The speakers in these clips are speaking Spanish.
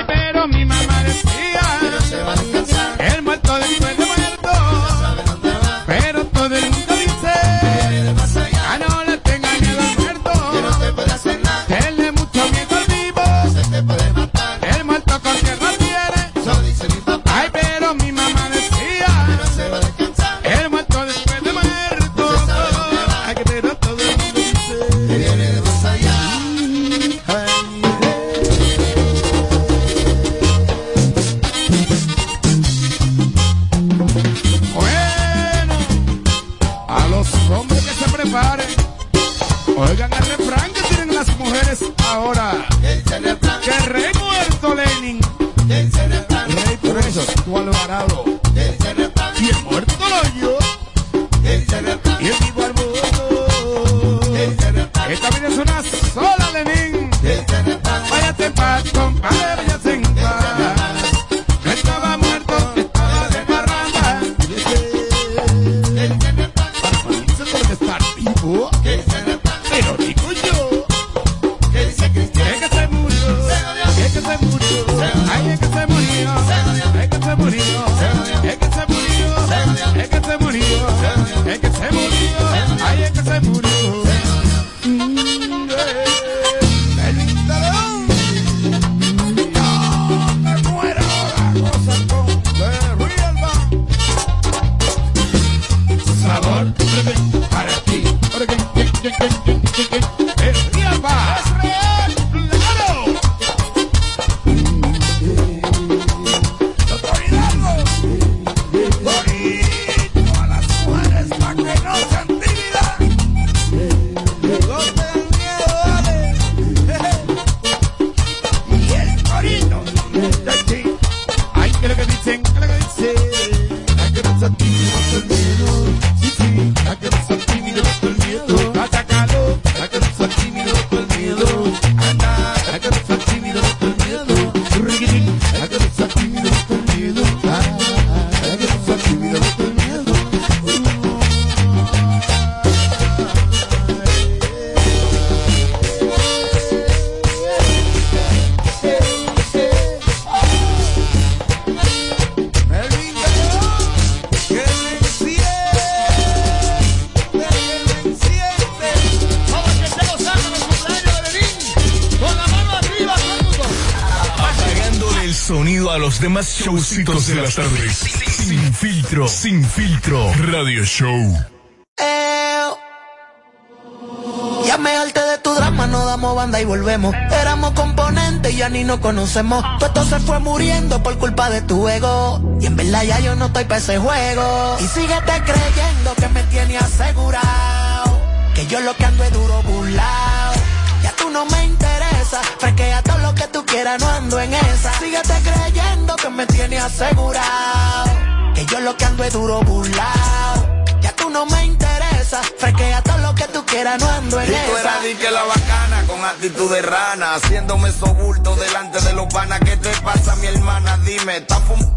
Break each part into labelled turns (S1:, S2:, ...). S1: Eso mi mamá decía.
S2: Pero se va a descansar.
S1: El muerto después de muerto.
S2: ¿Sabe dónde va?
S1: Pero todo el mundo dice.
S2: Viene de más allá.
S1: Ah, no le tengan miedo al
S2: Que no
S1: muerto.
S2: te puede hacer nada.
S1: Denle mucho miedo al vivo.
S2: Se te puede matar.
S1: El muerto con tierra tiene.
S2: Eso dice mi papá.
S1: Ay, pero mi mamá
S2: Pero
S1: decía.
S2: se va a descansar.
S1: El muerto después de muerto. Ay, que pero todo el mundo dice.
S2: Que viene de más allá.
S1: Bueno, a los hombres que se preparen, oigan el refrán que tienen las mujeres ahora.
S2: Dice el refrán.
S1: Que rey muerto Lenin,
S2: Dice el refrán.
S1: rey preso, tu Alvarado.
S2: Dice el refrán.
S1: Y el muerto lo yo,
S2: Dice el refrán.
S1: y el vivo al mundo.
S2: Dice el refrán.
S1: Esta vida es una sola, Lenin.
S2: Dice el refrán.
S1: Váyate en paz, compadre, váyase en paz. No estaba muerto, estaba de parranda.
S2: Dice el refrán.
S1: Parmaliza tiene que estar vivo,
S2: Dice el refrán.
S1: pero digo yo.
S2: Que dice Cristian.
S1: Es que se murió, es que se murió, ay, es que se murió, es que se murió, es que se murió, es que se murió, es que se murió, ay, es que se murió. Mm, eh, el Victorón. No, me muero, la cosa con The Real Band. Sabor para ti. El Real Band. ¡Claro! Doctor Hidalgo, bonito a las mujeres pa' que no se intimidan. No tengan miedo, dale. Y el corito de ti. Ay, ¿qué es lo que dicen? ¿Qué es lo que dicen? Ay, que no se intimidan, no tengan miedo. Sí, sí. Ay, que no se intimidan, no tengan miedo. Atácalo. Ay, que no se intimidan, no tengan miedo. Anda. Ay, que no se intimidan, no tengan miedo. Riquitín. Ay, que no se intimidan, no tengan miedo. Ah, ay, que no se intimidan, no tengan miedo.
S3: Vamos que se lo sacan el cumpleaños de Lenin. Con la mano arriba, todo el mundo.
S4: Apagándole el sonido a los demás showcitos de las tardes. Sin filtro, sin filtro. Radio Show.
S5: Eo. Ya me harté de tu drama, no damos banda y volvemos. Éramos componentes y ya ni nos conocemos. Todo esto se fue muriendo por culpa de tu ego. Y en verdad ya yo no estoy para ese juego. Y síguete creyendo que me tienes asegurado. Que yo lo que ando es duro burlao. Ya tú no me interesas. Fresquea todo lo que tú quieras, no ando en esa. Síguete creyendo que me tienes asegurado. Que yo lo que ando es duro burlao. Ya tú no me interesas. Fresquea todo lo que tú quieras, no ando en
S6: Y tú
S5: esa.
S6: eras di que la bacana con actitud de rana, haciéndome esos bultos delante de los panas. ¿Qué te pasa, mi hermana? Dime, estás fumando.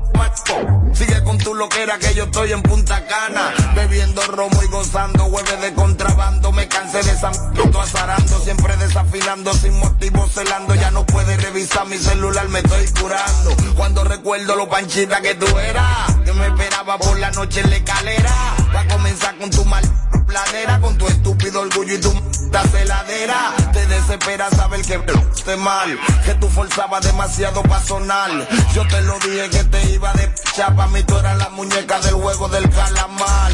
S6: Sigue con tu loquera que yo estoy en Punta Cana, bebiendo romo y gozando, hueves de contrabando. Me cansé de esa puto azarando, siempre desafinando, sin motivo celando. Ya no puedes revisar mi celular, me estoy curando. Cuando recuerdo lo panchita que tú eras, que me esperaba por la noche en la escalera. Va a comenzar con tu mal planera con tu estúpido orgullo y tu mierda celadera. Te desespera saber que te mal, que tú forzabas demasiado pa' sonar. Yo te lo dije que te iba de chapa, mi tú eras la muñeca del juego del calamar.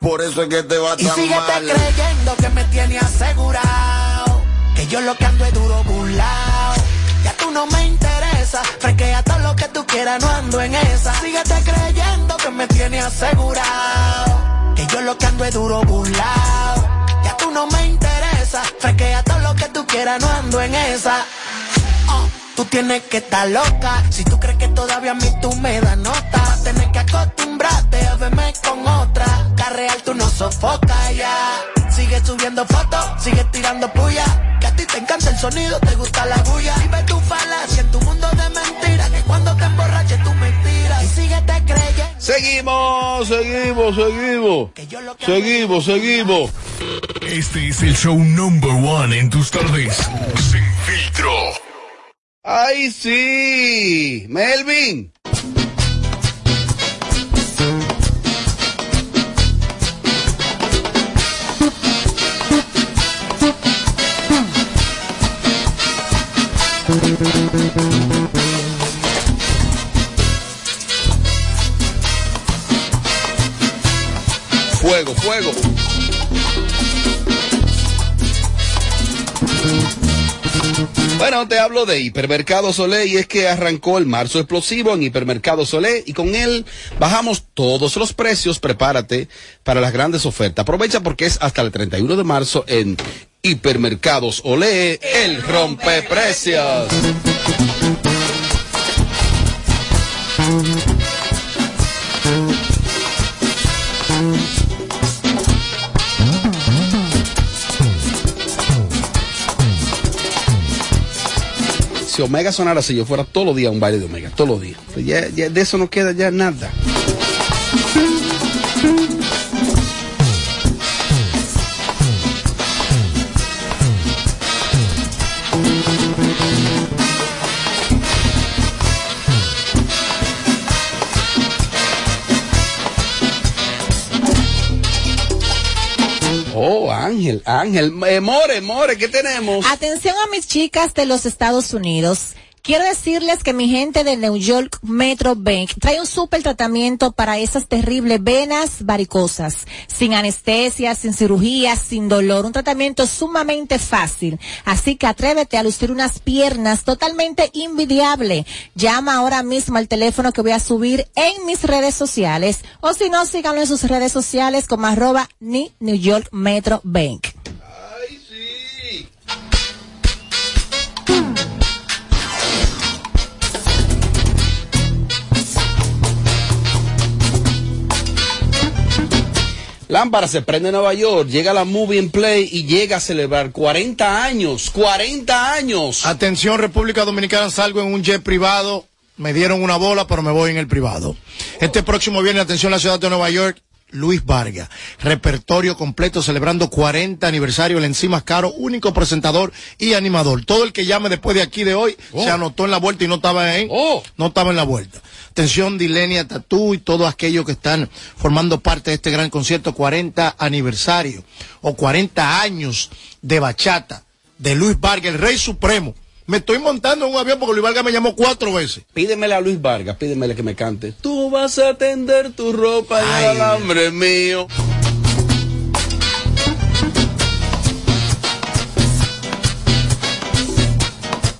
S6: Por eso es que te va
S5: Y
S6: tan
S5: síguete
S6: mal.
S5: creyendo que me tiene asegurado. Que yo lo que ando es duro burlao. Ya tú no me interesa. Fresquea todo lo que tú quieras, no ando en esa. Síguete creyendo que me tiene asegurado. Que yo lo que ando es duro burlao. Ya tú no me interesa. Fresquea todo lo que tú quieras, no ando en esa. Oh, Tú tienes que estar loca Si tú crees que todavía a mí tú me das nota Vas a tener que acostumbrarte a verme con otra Carreal tú no sofoca ya Sigue subiendo fotos, sigue tirando puya Que a ti te encanta el sonido, te gusta la bulla Y ve tu falacia en tu mundo de mentiras Que cuando te emborraches tú mentiras Y síguete creyendo
S7: Seguimos, seguimos, seguimos.
S5: que yo lo que ando-
S7: Seguimos, seguimos.
S4: Este es el show number one en tus tardes. Sin filtro.
S7: ¡Ay, sí! ¡Melvin! Fuego, fuego. Bueno, te hablo de Hipermercado Solé y es que arrancó el marzo explosivo en Hipermercado Solé y con él bajamos todos los precios. Prepárate para las grandes ofertas. Aprovecha porque es hasta el 31 de marzo en Hipermercados Olé, el rompeprecios. Si Omega sonara así, yo fuera todos los días a un baile de Omega, todos los días. Pues ya- ya de eso no queda ya nada. Oh, Ángel, Ángel. Eh, more, More, ¿qué tenemos?
S8: Atención a mis chicas de los Estados Unidos. Quiero decirles que mi gente de New York Metro Bank trae un súper tratamiento para esas terribles venas varicosas, sin anestesia, sin cirugía, sin dolor, un tratamiento sumamente fácil. Así que atrévete a lucir unas piernas totalmente invidiable. Llama ahora mismo al teléfono que voy a subir en mis redes sociales o si no, síganlo en sus redes sociales como arroba ni New York Metro Bank.
S7: Lámpara se prende en Nueva York, llega la Movie and Play y llega a celebrar 40 años, 40 años.
S9: Atención República Dominicana, salgo en un jet privado. Me dieron una bola, pero me voy en el privado. Este próximo viernes, atención la ciudad de Nueva York, Luis Vargas. Repertorio completo celebrando 40 aniversario. El Encimas Caro, único presentador y animador. Todo el que llame después de aquí de hoy se anotó en la vuelta y no estaba en,
S7: Oh.
S9: no estaba en la vuelta. Atención Dilenia Tatú y todos aquellos que están formando parte de este gran concierto 40 aniversario o 40 años de bachata de Luis Vargas, el rey supremo. Me estoy montando en un avión porque Luis Vargas me llamó cuatro veces.
S7: Pídemele a Luis Vargas, pídemele que me cante. Tú vas a tender tu ropa en
S9: Ay.
S7: el alambre mío.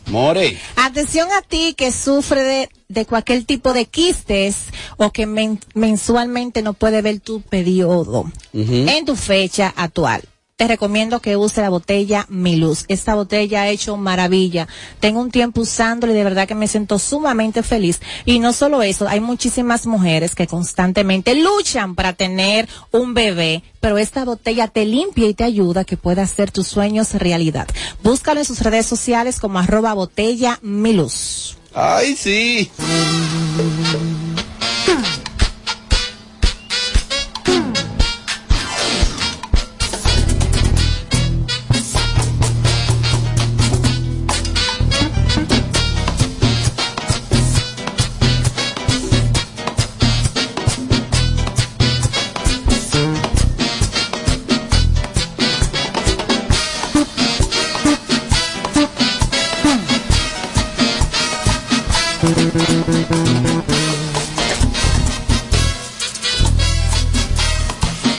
S7: More,
S8: Atención a ti que sufre de, de cualquier tipo de quistes o que men- mensualmente no puede ver tu periodo en tu fecha actual. Te recomiendo que use la botella Miluz. Esta botella ha hecho maravilla. Tengo un tiempo usándola y de verdad que me siento sumamente feliz. Y no solo eso, hay muchísimas mujeres que constantemente luchan para tener un bebé, pero esta botella te limpia y te ayuda a que puedas hacer tus sueños realidad. Búscalo en sus redes sociales como arroba botella miluz.
S7: ay sí.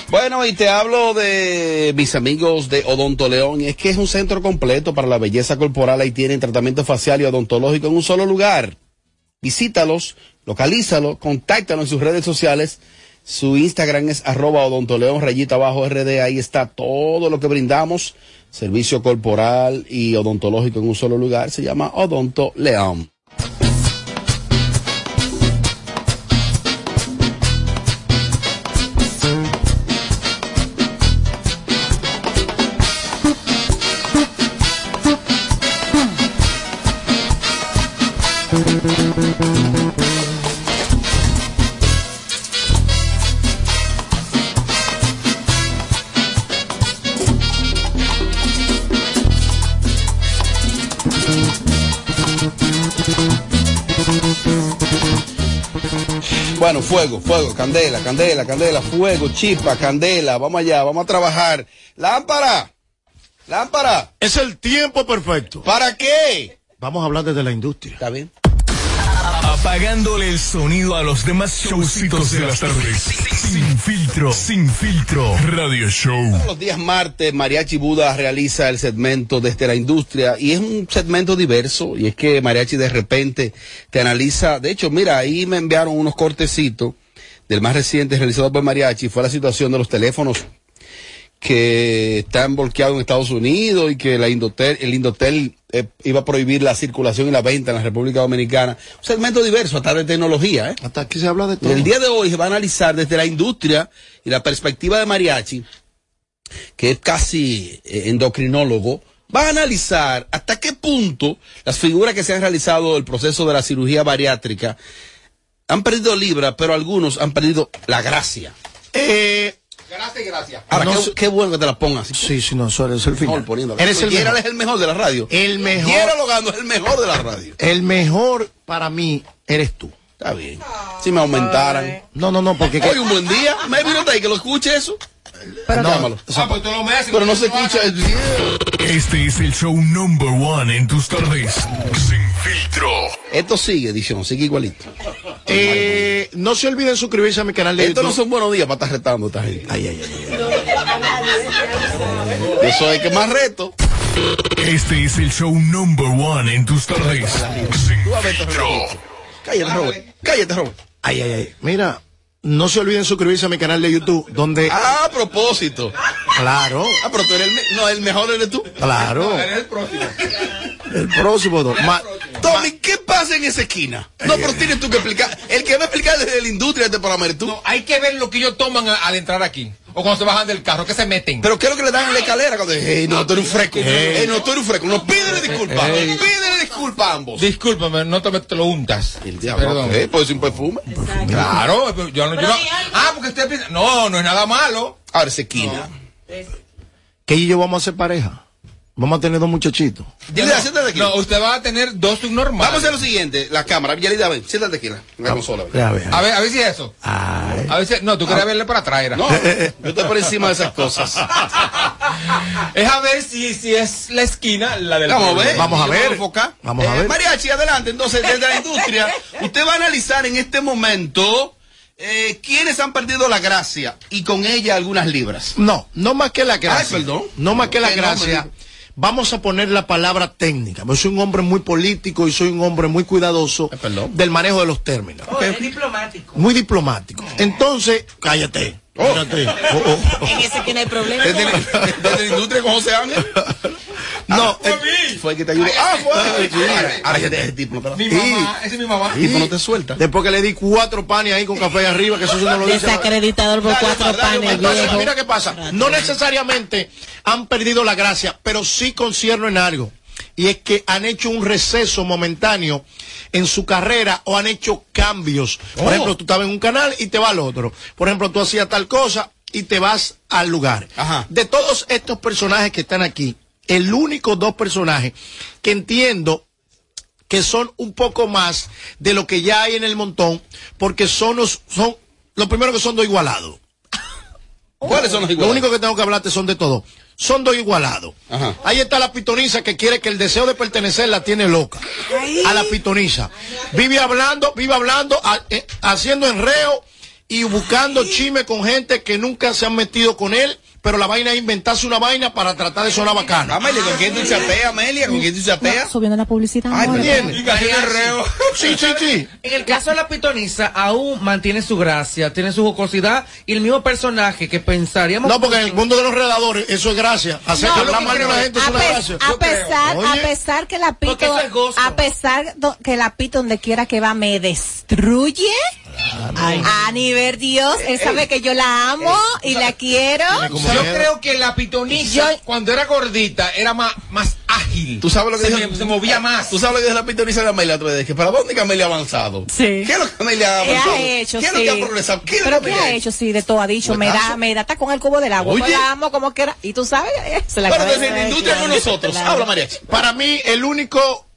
S7: Bueno, y te hablo de mis amigos de Odonto León. Y es que es un centro completo para la belleza corporal. Ahí tienen tratamiento facial y odontológico en un solo lugar. Visítalos, localízalos, contáctalos en sus redes sociales. Su Instagram es arroba odontoleón, rayita abajo RD. Ahí está todo lo que brindamos. Servicio corporal y odontológico en un solo lugar. Se llama Odonto León. Bueno, fuego, fuego, candela, candela, candela, fuego, chispa, candela. Vamos allá, vamos a trabajar. Lámpara, lámpara,
S9: Es el tiempo perfecto.
S7: ¿para qué?
S9: Vamos a hablar desde la industria.
S7: Está bien.
S4: Apagándole el sonido a los demás showcitos de las tardes. Sin filtro, sin filtro. Radio Show.
S7: Todos los días martes, Mariachi Buda realiza el segmento desde la industria y es un segmento diverso y es que Mariachi de repente te analiza. De hecho, mira, ahí me enviaron unos cortecitos del más reciente realizado por Mariachi. Fue la situación de los teléfonos que están bloqueados en Estados Unidos y que la Indotel, el Indotel eh, iba a prohibir la circulación y la venta en la República Dominicana. Un segmento diverso, hasta de tecnología, ¿eh?
S9: Hasta aquí se habla de
S7: En
S9: todo.
S7: el día de hoy se va a analizar desde la industria y la perspectiva de Mariachi, que es casi eh, endocrinólogo, va a analizar hasta qué punto las figuras que se han realizado el proceso de la cirugía bariátrica han perdido libra, pero algunos han perdido la gracia.
S9: Eh,
S7: Ahora,
S9: No
S7: qué,
S9: sé-
S7: qué bueno que te la pongas. así.
S9: sí, sí, no, Suárez, es el final.
S7: Mejor poniéndola.
S9: Eres el
S7: Yera
S9: mejor.
S7: es el mejor de la radio.
S9: El mejor.
S7: Yera Logano es el mejor de la radio.
S9: El mejor para mí eres tú.
S7: Está bien. Si me aumentaran.
S9: No, no, no, porque...
S7: Hoy un buen día. Me vino hasta ahí que lo escuche eso.
S9: no, Ah, pues
S7: Llámalo.
S9: o sea,
S7: Pero no se escucha.
S4: Este es el show number one en tus tardes. Sin filtro.
S7: Esto sigue, edición, sigue igualito.
S9: eh, no se olviden suscribirse a mi canal de
S7: Estos no
S9: YouTube.
S7: son buenos días para estar retando a esta gente. Ay, ay, ay. ay. Yo soy el que más reto.
S4: Este es el show number one en tus tardes. Sin filtro.
S7: Cállate, Robert. Cállate, Robert.
S9: Ay, ay, ay. Mira, no se olviden suscribirse a mi canal de YouTube, donde...
S7: Ah, a propósito.
S9: Claro,
S7: Ah, pero tú eres el, me- no, el mejor eres tú.
S9: claro. el próximo. El próximo, don. Ma-
S7: Tommy, ¿qué pasa en esa esquina? No, pero tienes tú que explicar. El que va a explicar desde la industria de este programa eres tú.
S10: Hay que ver lo que ellos toman a- al entrar aquí. O cuando se bajan del carro, que se meten.
S7: Pero ¿qué es lo que le dan en la escalera? Cuando dicen, "Ey, no, tú eres un fresco. Ey, no, tú eres un fresco. No, pídele disculpas. Pídele disculpas a ambos.
S10: Discúlpame, no te, me- te lo untas.
S7: El diablo. ¿qué? Pues es un perfume.
S10: Claro, pero yo no, yo no- Ah, porque usted piensa. No, no es nada malo.
S7: Ahora esa esquina.
S9: que ella y yo vamos a ser pareja. Vamos a tener dos muchachitos.
S7: Dile,
S10: no,
S7: siéntate aquí.
S10: no, usted va a tener dos subnormales.
S7: Vamos a hacer lo siguiente. La cámara. Villalida, ven. Siéntate aquí. La la consola. ven.
S9: Ya ves.
S10: A ver, a ver si es eso.
S9: Ay.
S10: A ver si. No, tú querías verle para atrás. era.
S7: Ah. No, yo estoy por encima de esas cosas.
S10: Es a ver si, si es la esquina, la del.
S7: Vamos a ver.
S9: Vamos a
S7: Yo
S9: ver.
S7: me voy enfocar. Eh,
S9: Vamos
S10: Eh,
S9: a ver.
S7: Mariachi, adelante. Entonces, desde la industria, usted va a analizar en este momento eh, quiénes han perdido la gracia y con ella algunas libras.
S9: No, no más que la gracia.
S7: Ay, perdón.
S9: No más que la
S7: ¿Qué
S9: gracia.
S7: nombre?
S9: Vamos a poner la palabra técnica. Yo soy un hombre muy político y soy un hombre muy cuidadoso
S7: Ay, perdón.
S9: del manejo de los términos. Muy diplomático. Entonces, cállate. Cállate. Oh, oh, oh.
S8: En ese que no hay problema.
S7: Desde, la- desde la industria con José Ángel. Ah,
S9: No, eh,
S7: Fue el que te ayudó. Ah, fue. Ahora- Ahora ya te tipo. pero-
S10: Mi mamá, ese es mi mamá.
S7: tipo no te suelta.
S9: después que le di cuatro panes ahí con café arriba, que eso sí no lo dice.
S8: Desacreditador por
S7: Dale,
S8: cuatro
S7: dale,
S9: Mira
S8: panes,
S9: qué pasa,
S8: viejo.
S9: Mira qué pasa. No necesariamente han perdido la gracia, pero sí concierno en algo. Y es que han hecho un receso momentáneo en su carrera o han hecho cambios.
S8: Oh.
S9: Por ejemplo, tú estabas en un canal y te va al otro. Por ejemplo, tú hacías tal cosa y te vas al lugar.
S7: Ajá.
S9: De todos estos personajes que están aquí, el único dos personajes que entiendo que son un poco más de lo que ya hay en el montón, porque son los, son, lo primero que son dos igualados.
S7: ¿Cuáles son los
S9: Lo
S7: iguales?
S9: único que tengo que hablarte son de todo. Son dos igualados.
S7: Ajá.
S9: Ahí está la pitoniza que quiere que el deseo de pertenecer la tiene loca. A la pitoniza. Vive hablando, vive hablando, a- eh, haciendo enreo y buscando chisme con gente que nunca se han metido con él, pero la vaina es inventarse una vaina para tratar de sonar bacana.
S7: Amelia, ¿con quién tú chateas, Amelia? ¿Con quién tú chateas?
S8: Subiendo la publicidad.
S7: Ay,
S8: amor.
S9: ¿Entiendes?
S10: Y casi me reo.
S9: Sí, sí, sí.
S11: En el caso de la pitoniza, aún mantiene su gracia, tiene su jocosidad y el mismo personaje que pensaríamos.
S9: No, porque en el mundo de los redadores eso es gracia. Hacer
S8: No,
S9: que hablar
S8: yo
S9: mal de una
S8: creo-
S9: gente es
S8: a
S9: una
S8: pe-
S9: gracia.
S8: A pesar,
S9: Oye.
S8: a pesar que la pito,
S11: Porque eso es gozo.
S8: a pesar do- que la pito donde quiera que va me destruye. Ay, A nivel Dios, él
S11: Eh,
S8: sabe que yo la amo y la quiero.
S10: Yo creo que la pitoniza,
S8: Yo-
S10: cuando era gordita, era más, más ágil.
S7: ¿Tú sabes lo que
S10: se,
S7: dijo? Ah,
S10: me- se movía más.
S7: Tú sabes lo que es la pitoniza de Amelia otra vez, que para dónde que Amelia ha avanzado.
S8: Sí.
S7: ¿Qué es lo que Amelia ha
S8: ¿Qué
S7: avanzado?
S8: ha hecho?
S7: ¿Qué es lo
S8: sí.
S7: que ha progresado? ¿Qué es lo
S8: Pero
S7: que
S8: ¿qué
S7: Amelia
S8: ha hecho? Sí, de todo ha dicho. Me da, me da, está con el cubo del agua.
S7: Oye.
S8: Yo la amo como quiera. Y tú sabes, eh, se la
S7: Pero
S8: acabé
S7: desde
S8: de
S7: la
S8: ver,
S7: industria
S8: claro,
S7: con nosotros.
S8: claro.
S7: Habla, Mariachi.
S9: Para mí, el único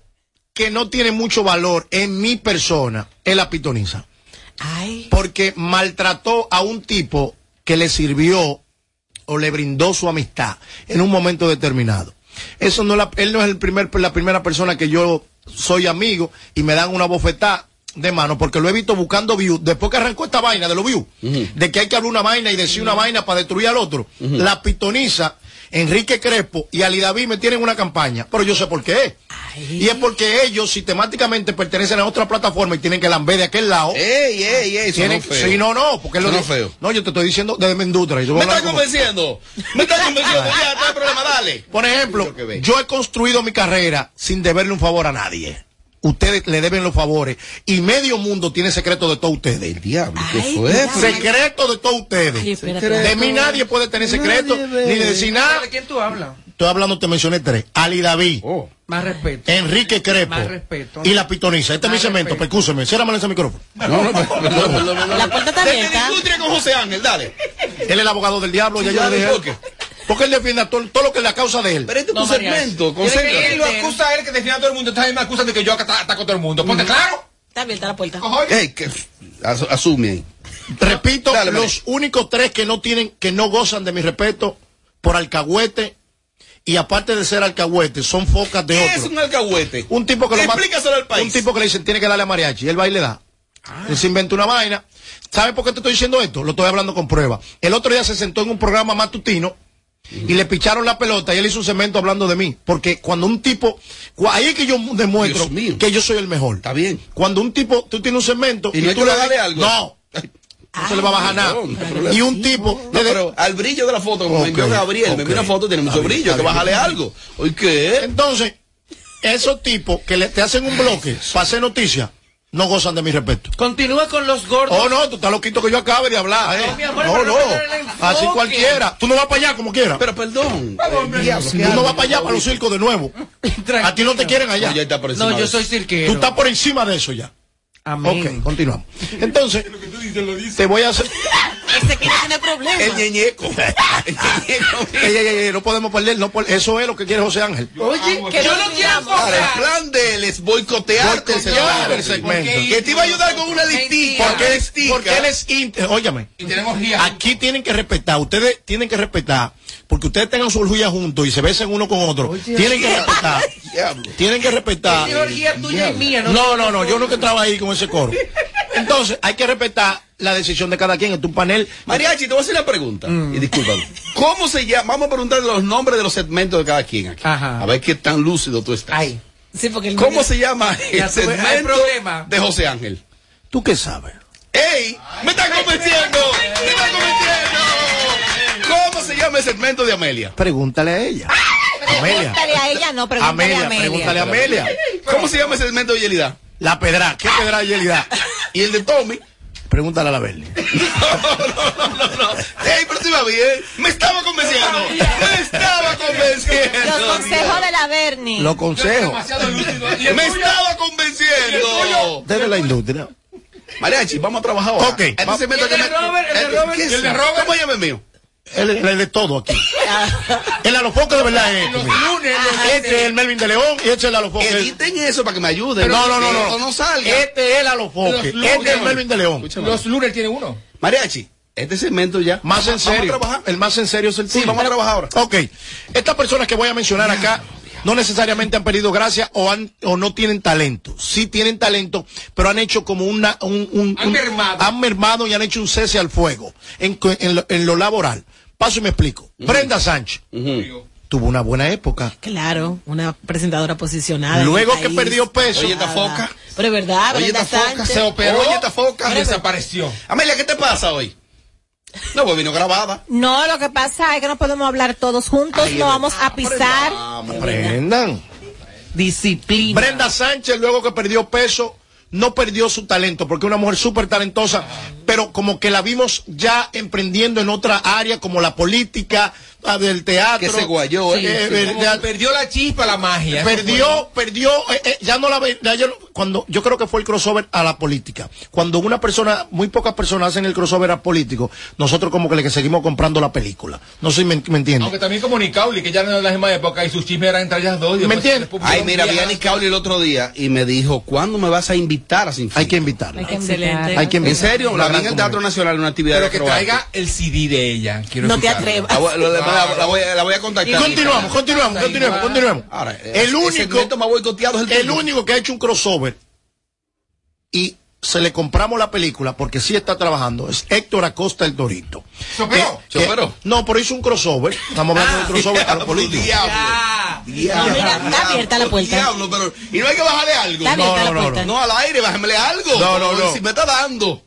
S9: que no tiene mucho valor en mi persona es la pitoniza. Porque maltrató a un tipo que le sirvió o le brindó su amistad en un momento determinado. Eso no la- él no es el primer, la primera persona que yo soy amigo y me dan una bofetada de mano porque lo he visto buscando views. Después que arrancó esta vaina de los views, de que hay que hablar una vaina y decir una vaina para destruir al otro, la pitoniza. Enrique Crespo y Ali David me tienen una campaña, pero yo sé por qué. Y es porque ellos sistemáticamente pertenecen a otra plataforma y tienen que lamber de aquel lado.
S7: Ey, ey, ey,
S9: Tienen-
S7: sonó feo.
S9: Sí, no, no, porque él lo
S7: Sonó
S9: dijo.
S7: feo.
S9: No, yo te estoy diciendo de Mendutra. y yo voy
S7: Me
S9: a hablar
S7: estás
S9: como-
S7: convenciendo. Me estás convenciendo. Ya, no hay problema, dale.
S9: Por ejemplo, yo he construido mi carrera sin deberle un favor a nadie. Ustedes le deben los favores. Y medio mundo tiene secreto de todos ustedes. El
S7: diablo,
S9: ¿qué
S7: fue, cuidado. Freddy?
S9: Secreto de todos ustedes.
S11: Ay, espérate.
S9: de mí nadie puede tener secreto, ni de decir nada.
S11: ¿De quién tú hablas?
S9: Estoy hablando, te mencioné tres. Ali David.
S11: Más respeto.
S9: Enrique Crepo.
S11: Más respeto.
S9: pues.
S11: Ah.
S9: Y la pitoniza. Este es mi cemento, percúseme. Ciérramelo ese micrófono.
S7: No, no, perdón, perdón, perdón.
S9: La puerta está
S7: Desde
S9: abierta.
S7: la industria con José Ángel, dale.
S9: Él es el abogado del diablo.
S7: Sí,
S9: ya yo
S7: ya,
S9: le dije.
S7: ¿por qué?
S9: Porque él defiende a todo, todo lo que es la causa de él.
S7: Pero este es tu
S10: No, Mariachi.
S7: segmento,
S10: Tiene que
S7: concéntrate.
S10: ir, lo acusa a él que defiende a todo el mundo. Entonces a mí me acusan de que yo ata- ataco a todo el mundo. Ponte claro.
S12: Está abierta la puerta.
S7: Ey, que- as- asume ahí.
S9: Repito, los únicos tres que no tienen, que no gozan de mi respeto por alcahuete y aparte de ser alcahuete, son focas de
S7: ¿Qué es
S9: otro.
S7: un alcahuete?
S9: Un tipo que lo mata-
S7: Explícaselo al país. Ah.
S9: Un tipo que le dicen tiene que darle a mariachi. Él va y le da. Él se inventa una vaina. ¿Sabes por qué te estoy diciendo esto? Lo estoy hablando con prueba. El otro día se sentó en un programa matutino y le picharon la pelota y él hizo un cemento hablando de mí. Porque cuando un tipo. cu- Ahí es que yo demuestro que yo soy el mejor. Está bien. Cuando un tipo. Tú tienes un cemento
S7: Y no hay
S9: tú
S7: que
S9: das-
S7: bajarle algo.
S9: No. No se le va a bajar nada. y un tipo.
S7: No, pero al brillo de la foto, como me envió
S9: Ok,
S7: Gabriel, me envió
S9: ok.
S7: una foto, tiene mucho
S9: Está bien,
S7: brillo,
S9: está
S7: que
S9: bien.
S7: bájale algo. ¿Hoy qué?
S9: Entonces, esos tipos que le, te hacen un bloque para hacer noticias, no gozan de mi respeto.
S11: Continúa con los gordos.
S9: Oh, no, tú estás loquito que yo acabe de hablar, ¿eh?
S11: No, mi amor,
S9: no,
S11: pero
S9: no.
S11: no perder el enfoque.
S9: Así cualquiera. Tú no vas para allá como quieras.
S7: Pero perdón.
S9: eh, diablo, tú no vas para allá para los circos de nuevo. A ti no te quieren allá.
S7: No, ya está por encima
S11: No, yo de soy eso. cirquero.
S9: Tú estás por encima de eso ya.
S11: Amén.
S9: Ok, continuamos. Entonces, te voy a hacer.
S12: Ese Este que no tiene problema.
S7: El ñeñeco.
S9: Ey, ey, ey, no podemos perder. No, por- Eso es lo que quiere José Ángel.
S12: Oye, que
S7: Yo no quiero
S12: enfocar.
S7: El plan de él es boicotearte el
S9: Boicotear el segmento.
S7: segmento. Que te iba a ayudar con una listica.
S9: Porque él es,
S7: Listica.
S9: porque él es íntimo. Óyame. Aquí tienen que respetar. Ustedes tienen que respetar. Porque ustedes tengan su orgullo juntos y se besen uno con otro. tienen que respetar.
S7: Diablo.
S9: tienen que respetar.
S11: Es orgía tuya y mía, no-
S9: no, no, no, Yo nunca estaba ahí con ese coro. Entonces, hay que respetar la decisión de cada quien. Este Es un panel.
S7: Mariachi, te voy a hacer una pregunta.
S11: Mm.
S7: Y discúlpame. ¿Cómo se llama? Vamos a preguntar los nombres de los segmentos de cada quien aquí.
S11: Ajá.
S7: A ver qué tan lúcido tú estás.
S12: Sí, porque el
S7: ¿Cómo
S12: mío-
S7: se llama
S11: Ya
S7: el
S11: tuve- hay
S7: segmento
S11: problema.
S7: de José Ángel?
S9: ¿Tú qué sabes?
S7: ¡Ey! ¡Me están convenciendo! ¡Me están convenciendo! ¿Cómo se llama el segmento de Amelia?
S9: Pregúntale a ella. Amelia.
S8: Pregúntale a ella, no, pregúntale
S9: Amelia,
S8: a Amelia.
S9: pregúntale a Amelia.
S7: ¿Cómo se llama el segmento de Yelida? Ah.
S9: La pedra. ¿Qué pedra hay, Yelida?
S7: Y el de Tommy.
S9: Pregúntale a la Berli.
S7: No, no, no. ¡Ey, pero te va bien! ¡Me estaba convenciendo! ¡Me estaba
S8: Los
S7: convenciendo!
S8: consejos de la Bernie.
S9: Los consejos.
S7: ¡Me estaba convenciendo!
S9: Desde la industria.
S7: Mariachi, vamos a trabajar ahora.
S9: Ok.
S7: Este
S9: Va-
S7: segmento
S11: ¿Y el de
S7: que me-
S11: Robert? ¿El de
S7: Este-
S11: Robert?
S7: ¿qué es?
S11: ¿Y el de
S7: ¿Cómo llama el mío?
S9: Él él es de todo aquí.
S8: Ah.
S9: El alofoque de verdad es. este, mira. Este es el Melvin de León y este es el alofoque.
S7: Editen eso para que me ayuden.
S9: No, no, no,
S7: Que
S9: no.
S7: esto no salga.
S9: Este es el alofoque.
S10: Los lunes.
S9: Este es el Melvin de León.
S7: Escúchame.
S10: Los lunes tiene uno.
S7: Mariachi, este segmento ya.
S9: Más en serio.
S7: Vamos a trabajar.
S9: El más en serio es el
S7: Sí,
S9: tuyo.
S7: vamos a trabajar ahora.
S9: Ok. Estas personas que voy a mencionar acá no necesariamente han perdido gracia o, han, o no tienen talento. Sí tienen talento, pero han hecho como una, un, un-
S10: Han
S9: un-
S10: mermado.
S9: han mermado y han hecho un cese al fuego en, cu- en lo, en lo laboral. Paso y me explico. Brenda Sánchez tuvo una buena época.
S12: Claro, una presentadora posicionada.
S9: Luego
S12: en el
S9: que
S12: país.
S9: perdió peso.
S7: Oye, esta foca.
S12: Pero es verdad,
S7: Oye,
S12: Brenda
S7: esta foca
S12: Sánchez.
S7: se operó. Oye, esta foca.
S10: Desapareció.
S7: Amelia, ¿qué te pasa hoy? No, pues vino grabada.
S8: No, lo que pasa es que no podemos hablar todos juntos, no vamos
S9: Ah,
S8: a pisar.
S9: Brendan.
S11: Disciplina.
S9: Brenda Sánchez, luego que perdió peso, no perdió su talento, porque es una mujer súper talentosa, pero pero como que la vimos ya emprendiendo en otra área, como la política, la del teatro.
S7: Que se guayó, ¿eh? Sí, sí. Como que
S9: perdió
S10: la chispa, la magia.
S9: Perdió, perdió, eh, eh, ya no la ve, ya yo, cuando, yo creo que fue el crossover a la política. Cuando una persona, muy pocas personas hacen el crossover a político, nosotros como que le que seguimos comprando la película. No sé si me, me entiendes.
S10: Aunque también como Nicauli, que ya no es la misma época y sus chismes eran entre ellas dos. y
S9: ¿Me
S10: después se
S9: entiendes?
S10: les
S7: Ay, mira, vi a Nick Cowley el otro día y me dijo, ¿cuándo me vas a invitar a Sin Hay
S9: que invitarla.
S12: Hay que invitarla.
S7: Hay que invitarla. En serio, la vi en el
S10: Una gran
S7: Teatro Nacional, una actividad
S10: Pero
S7: de
S10: que
S7: acrobacia.
S10: traiga el CD de ella. Quiero
S7: No te
S10: escucharlo.
S7: atrevas. La voy- lo demás la- la voy a- la voy a contactar.
S9: Continuamos, continuamos, continuemos, continuemos.
S7: Ahora,
S9: el único
S7: el
S9: el,
S7: tuyo.
S9: único que ha hecho un crossover y se le compramos la película porque sí está trabajando es Héctor Acosta el Dorito.
S10: ¿Se operó?
S9: Que- No, pero hizo un crossover. Estamos hablando de un crossover a los políticos.
S7: Ah, Diablo,
S12: está abierta la puerta.
S7: Diablo, pero. Y no hay que bajarle algo.
S12: Está abierta
S7: no,
S12: la
S7: no, no,
S12: puerta.
S7: no. No, al aire, bájamele algo.
S9: No, no, no.
S7: Si me está dando.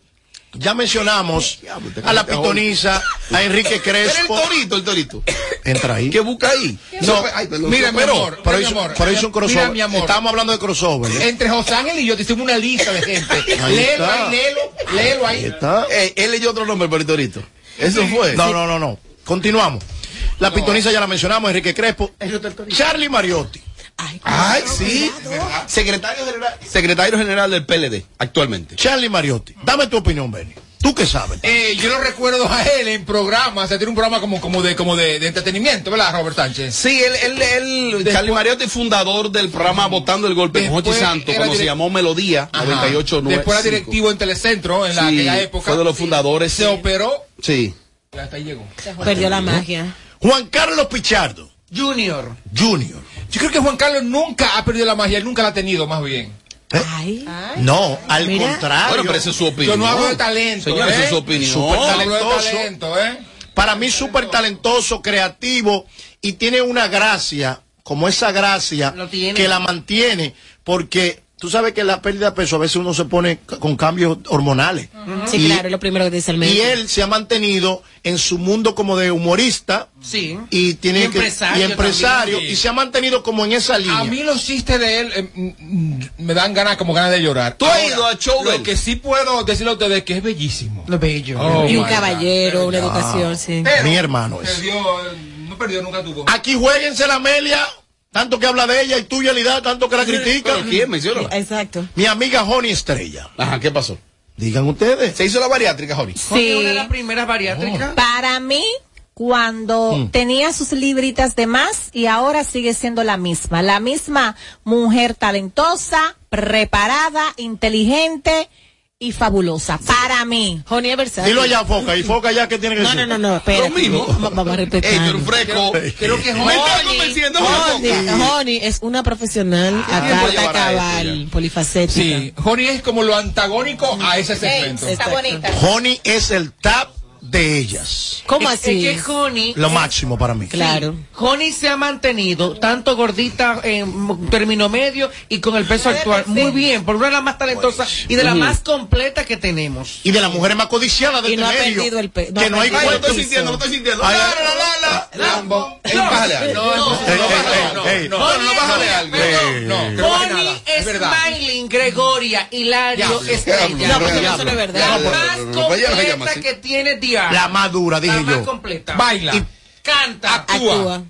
S9: Ya mencionamos a la pitonisa, a Enrique Crespo.
S7: Pero el torito, el torito.
S9: Entra ahí.
S7: ¿Qué busca ahí?
S9: No,
S7: Ay, perdón.
S10: mira, mi
S9: pero,
S10: amor,
S9: pero
S10: mira,
S9: hizo,
S10: mi amor.
S9: pero hizo un
S10: Mira,
S9: crossover.
S10: mi amor.
S9: Estábamos hablando de crossover.
S10: Entre José Ángel y yo te hicimos una lista de gente.
S9: Ahí
S10: léelo
S9: está.
S10: ahí, léelo, léelo ahí.
S7: Eh, él leyó otro nombre, pero el torito. Eso fue.
S9: No, no, no, no. Continuamos. La pitonisa ya la mencionamos, Enrique Crespo. Charlie Mariotti.
S7: Ay, sí. Secretario general, secretario general del PLD, actualmente.
S9: Charlie Mariotti. Dame tu opinión, Benny. Tú que sabes.
S10: Eh, yo lo recuerdo a él en programas, o sea, tiene un programa como, como, de, como de, de entretenimiento, ¿verdad, Robert Sánchez?
S7: Sí, él, él, él Charlie Mariotti, fundador del programa Votando el Golpe con Jochi
S10: Después
S7: Santos,
S10: era
S7: cuando se
S10: direc-
S7: llamó Melodía
S10: Ajá.
S7: 98
S10: Después era directivo en Telecentro, en la,
S7: Sí,
S10: aquella época.
S7: fue de los fundadores.
S10: Se operó.
S7: Sí.
S10: Hasta ahí llegó.
S12: Perdió la magia.
S9: Juan Carlos Pichardo.
S10: Junior.
S9: Junior.
S10: Yo creo que Juan Carlos nunca ha perdido la magia, él nunca la ha tenido, más bien.
S12: Ay.
S9: No, al contrario.
S7: Bueno, pero esa es su opinión.
S10: Yo no hablo de talento.
S7: Señor, esa
S10: ¿eh?
S7: es su opinión.
S9: Súper
S10: No hablo de
S9: talentoso.
S10: talento, ¿eh?
S9: Para mí, súper talentoso, creativo y tiene una gracia, como esa gracia
S11: Lo tiene.
S9: que la mantiene, porque tú sabes que la pérdida de peso a veces uno se pone c- con cambios hormonales.
S12: Sí,
S9: Y-
S12: claro, es lo primero que dice el médico.
S9: Y él se ha mantenido en su mundo como de humorista
S11: Sí.
S9: y tiene
S11: Y
S9: que-
S11: empresario
S9: y empresario,
S11: también, sí.
S9: y se ha mantenido como en esa línea.
S10: A mí los chistes de él eh, mm, mm, me dan ganas, como ganas de llorar.
S7: Tú has
S10: Ahora,
S7: ido a show de
S10: Lo
S7: él.
S10: que sí puedo decirle a ustedes es que es bellísimo.
S11: Lo bello.
S10: Oh,
S12: y un
S10: my
S12: caballero, una educación, sí.
S10: Pero
S9: Ah, Mi hermano es.
S10: perdió, eh, no perdió nunca tuvo.
S12: Ah,
S9: Aquí jueguense la Amelia, tanto que habla de ella y tuya Lidad, tanto que la critica.
S7: ¿Pero quién? Menciónala.
S12: Exacto.
S9: Mi amiga Joni Estrella.
S7: Ajá, ¿qué pasó?
S9: Digan ustedes.
S7: Se hizo la bariátrica, Jori.
S11: Fue una de
S8: Sí. Oh.
S11: las primeras bariátricas.
S8: Para mí, cuando
S11: Mm.
S8: tenía sus libritas de más y ahora sigue siendo la misma. La misma mujer talentosa, preparada, inteligente y fabulosa. Para mí.
S12: Joni es versátil.
S9: Dilo allá, Foca. Y Foca ya que tiene que
S12: No,
S9: decir.
S12: no, no, no,
S7: Lo
S12: espera.
S7: mismo.
S12: Vamos a respetar.
S7: Ey, tú eres un fresco.
S10: Creo que
S7: Me está convenciendo.
S12: Joni,
S7: Juan.
S12: Joni es una profesional a
S7: tiempo llevará
S12: carta
S7: esto
S12: cabal, Pues,
S7: ya?
S12: polifacética.
S10: Sí, Johnny es como lo antagónico a ese segmento.
S12: Exacto.
S9: Joni es el tap de ellas.
S12: ¿Cómo
S11: Es- es
S12: así?
S11: que Honey,
S9: Lo máximo para mí.
S12: Claro.
S11: Honey se ha mantenido tanto gordita en término medio y con el peso actual. Muy bien, por una de las más talentosas y de las más completas que tenemos.
S9: Y de las mujeres más codiciadas de
S12: Y no ha
S9: este medio.
S12: perdido el pe- no
S9: que
S12: ha
S9: no hay
S12: perdido
S7: Ay,
S12: el
S7: lo
S9: cuento.
S7: estoy
S12: piso.
S7: sintiendo, lo estoy sintiendo.
S9: Ay,
S7: La, la, la, la.
S10: Lambo.
S7: Ey, bájale algo.
S10: No, no,
S9: Ey,
S10: no,
S9: ey,
S10: bájale, no,
S9: ey, ey.
S10: no, no, no, bájale algo.
S9: Ey.
S10: No, no, no bájale
S11: Honey
S10: nada, es verdad.
S11: Smiling, Gregoria, Hilario,
S7: Diablo,
S11: Estrella.
S12: No, porque eso no
S7: diablo.
S12: es
S11: La
S12: verdad.
S7: Diablo.
S11: más
S7: no, no, no, ella no se llama
S11: completa
S7: así.
S11: que tiene Diablo.
S9: La más dura, dije
S11: La más
S9: yo.
S11: completa.
S10: Baila,
S11: Canta.
S10: actúa,
S12: Actúa.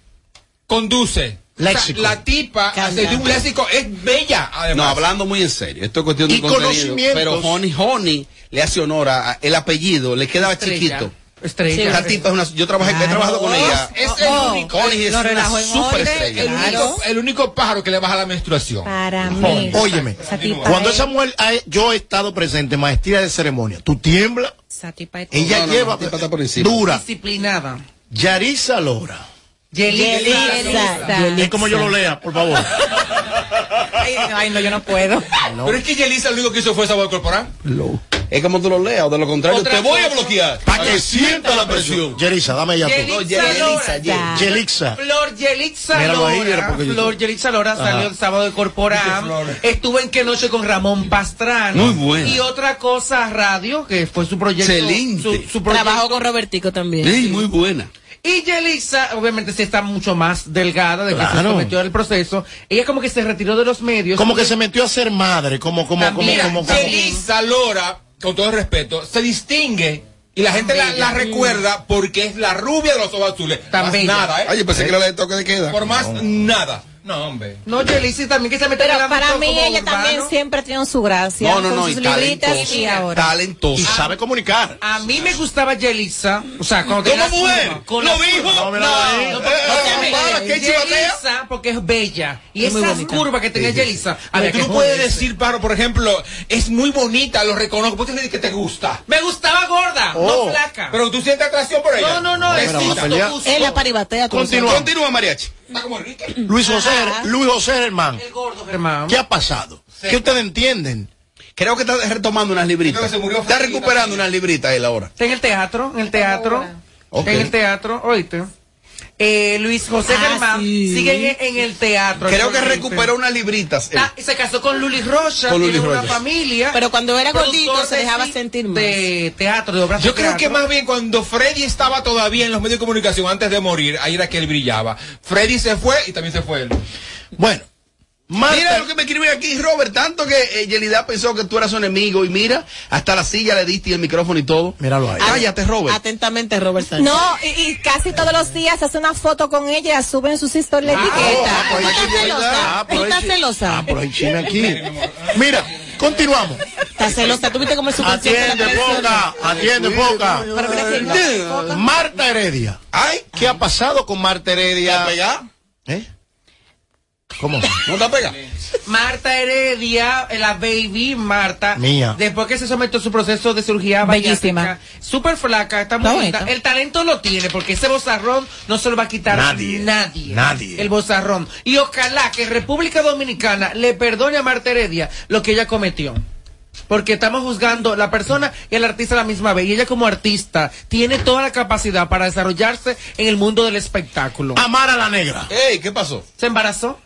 S10: conduce.
S9: Léxico.
S10: O sea, la tipa
S12: Canta.
S10: hace de un léxico es bella,
S7: No,
S10: además.
S7: hablando muy en serio, esto es cuestión de
S9: Y
S7: contenido.
S9: conocimientos.
S7: Pero Honey, Honey le hace honor a, a- el apellido, le quedaba
S11: Estrella.
S7: chiquito.
S11: Estrella.
S7: La tipa es una, yo trabajé, he
S12: Claro.
S7: trabajado con ella.
S10: Es el
S12: Oh,
S10: único.
S7: Honey es
S12: Lo
S7: una
S12: relajó en
S7: superestrella.
S10: El,
S12: Claro.
S10: único, el único pájaro que le baja la menstruación.
S8: Para
S10: Honey.
S8: mí.
S9: Óyeme,
S8: Esa tipa
S9: cuando
S8: es-
S9: esa mujer, ha- yo he estado presente, maestría de ceremonia, tú tiemblas,
S8: esa tipa es-
S9: ella
S7: No, no, no,
S9: lleva
S7: la tipa está por encima.
S9: dura.
S11: Disciplinada.
S9: Yarisa Lora.
S8: Yelitza.
S9: Es como yo lo lea, por favor.
S12: Ay, no, ay, no, yo no puedo.
S10: Pero es que Yelisa lo único que hizo fue sabor corporal.
S7: Es como tú lo leas, o de lo contrario,
S11: Otra
S7: te voy a
S11: cosa.
S7: bloquear.
S9: Para que sienta la presión. Yarisa, dame ya tú.
S11: Yelitza
S7: Yelitza,
S11: Lora.
S7: pues. Yelitza.
S9: Yelitza.
S11: Flor Yelitza
S9: Míralo ahí, mira,
S11: Lora.
S9: porque yo-
S11: Flor Yelitza Lora salió el sábado de
S10: Dice
S11: Corporal.
S10: Flor.
S11: Estuvo en Qué Noche con Ramón Pastrana.
S7: Muy buena.
S11: Y otra cosa, radio, que fue su proyecto.
S7: Excelente.
S11: Su, su proyecto.
S12: Trabajo con Robertico también.
S7: Ey, muy buena.
S11: Y Yelitza, obviamente, sí está mucho más delgada de que se
S9: Claro.
S11: sometió al proceso. Ella como que se retiró de los medios.
S7: Ah,
S10: Ah,
S9: Como que se metió a ser madre, como, como, como,
S11: También,
S9: como, como.
S10: Yelisa Lora con todo el respeto, se distingue y la gente la, la recuerda porque es la rubia de los ojos azules. Más
S11: bella.
S10: nada, ¿eh?
S11: Oye, pensé que era la de toque de queda.
S10: Por más
S11: No.
S10: nada. No, hombre.
S11: No, Yelisi también que se mete
S8: Pero
S11: en el
S8: para
S11: ámbito
S8: mí
S11: como
S8: ella
S11: urbano.
S8: también siempre ha tenido su gracia.
S11: No, no, no,
S8: Con
S11: y
S8: sus libritas
S11: talentosa,
S8: y ahora.
S7: Talentosa.
S9: Y sabe comunicar.
S11: A mí me gustaba Yelisa. O sea, cuando
S9: ¿Cómo
S11: tenía la
S9: mujer?
S11: curva, con
S9: ¿Lo
S11: la
S9: dijo?
S11: curva.
S9: No,
S11: No,
S9: mira, ahí.
S11: no, porque-
S9: Eh, eh,
S11: porque-
S9: para, ¿qué chivatea?
S11: Yelisa, porque es bella. Y
S10: Es muy
S11: esas
S10: bonita.
S11: curvas que tenía Yelisa. había
S10: Pero tú
S11: que
S10: no puedes
S11: joderse.
S10: decir, Paro, por ejemplo, es muy bonita, lo reconozco. Puedes decir que te gusta.
S11: Me gustaba gorda,
S10: Oh.
S11: no flaca.
S10: Pero tú sientes atracción por ella.
S11: No, no, no, es
S10: Vecino.
S9: vamos a pelear.
S8: Es la paribatea. tú
S9: Continúa.
S8: sabes.
S9: Continúa,
S7: mariachi.
S9: Luis José, Luis José Germán.
S11: Germán.
S9: ¿Qué ha pasado? ¿Qué ustedes entienden?
S7: Creo que está retomando unas libritas.
S11: Creo que se murió
S7: Está
S11: Frida
S7: recuperando
S11: también.
S7: unas libritas él ahora.
S11: Está en el teatro, en el teatro. Está en el teatro, oíste. Eh, Luis José
S7: Ah,
S11: Germán
S7: sí.
S11: sigue en, en el teatro.
S7: Creo que
S11: actualmente.
S7: recuperó unas libritas. él.
S11: Está- se casó con Luli Rocha,
S7: Con Luli
S11: tiene una
S7: Rocha.
S11: familia.
S12: Pero cuando era gordito
S11: Productor
S12: se
S11: de
S12: dejaba
S11: ci-
S12: sentir más.
S11: De teatro, de obras de
S10: Yo creo
S11: teatro.
S10: que más bien cuando Freddy estaba todavía en los medios de comunicación antes de morir, ahí era que él brillaba. Freddy se fue y también se fue él.
S9: Bueno,
S7: Mira lo que me escribe aquí, Robert. Tanto que eh, Yelida pensó que tú eras su enemigo. Y mira, hasta la silla le diste y el micrófono y todo.
S9: Míralo ahí.
S7: Cállate, Robert.
S12: Atentamente, Robert Sánchez.
S8: No, y, y casi todos los días hace una foto con ella y la sube en sus historias
S11: Ah,
S8: la
S11: oh,
S8: etiqueta.
S9: pues ahí
S8: Tú estás
S9: sí,
S8: Ah, celosa.
S9: ah, pues
S8: Tú
S9: ahí
S8: estás
S9: sí.
S8: celosa.
S9: Ah, pero hay chisme aquí. Mira, continuamos.
S12: Estás celosa. Tuviste como el subconsciente.
S9: Atiende, poca. Atiende, poca. Marta Heredia. Ay, ¿qué ha pasado con Marta Heredia? ¿Eh? ¿Cómo?
S7: ¿No te pega?
S11: Marta Heredia, eh, la baby Marta.
S9: Mía.
S11: Después que se sometió a su proceso de cirugía
S8: Bellísima.
S11: bariátrica, Súper flaca, está muy
S8: Está
S11: bonita.
S8: bonita.
S11: El talento lo tiene, porque ese bozarrón no se lo va a quitar
S9: Nadie.
S11: nadie.
S9: Nadie.
S11: El bozarrón. Y ojalá que República Dominicana le perdone a Marta Heredia lo que ella cometió. Porque estamos juzgando la persona y el artista a la misma vez. Y ella como artista tiene toda la capacidad para desarrollarse en el mundo del espectáculo.
S9: Amar a la negra.
S7: Ey, ¿qué pasó?
S11: ¿Se embarazó?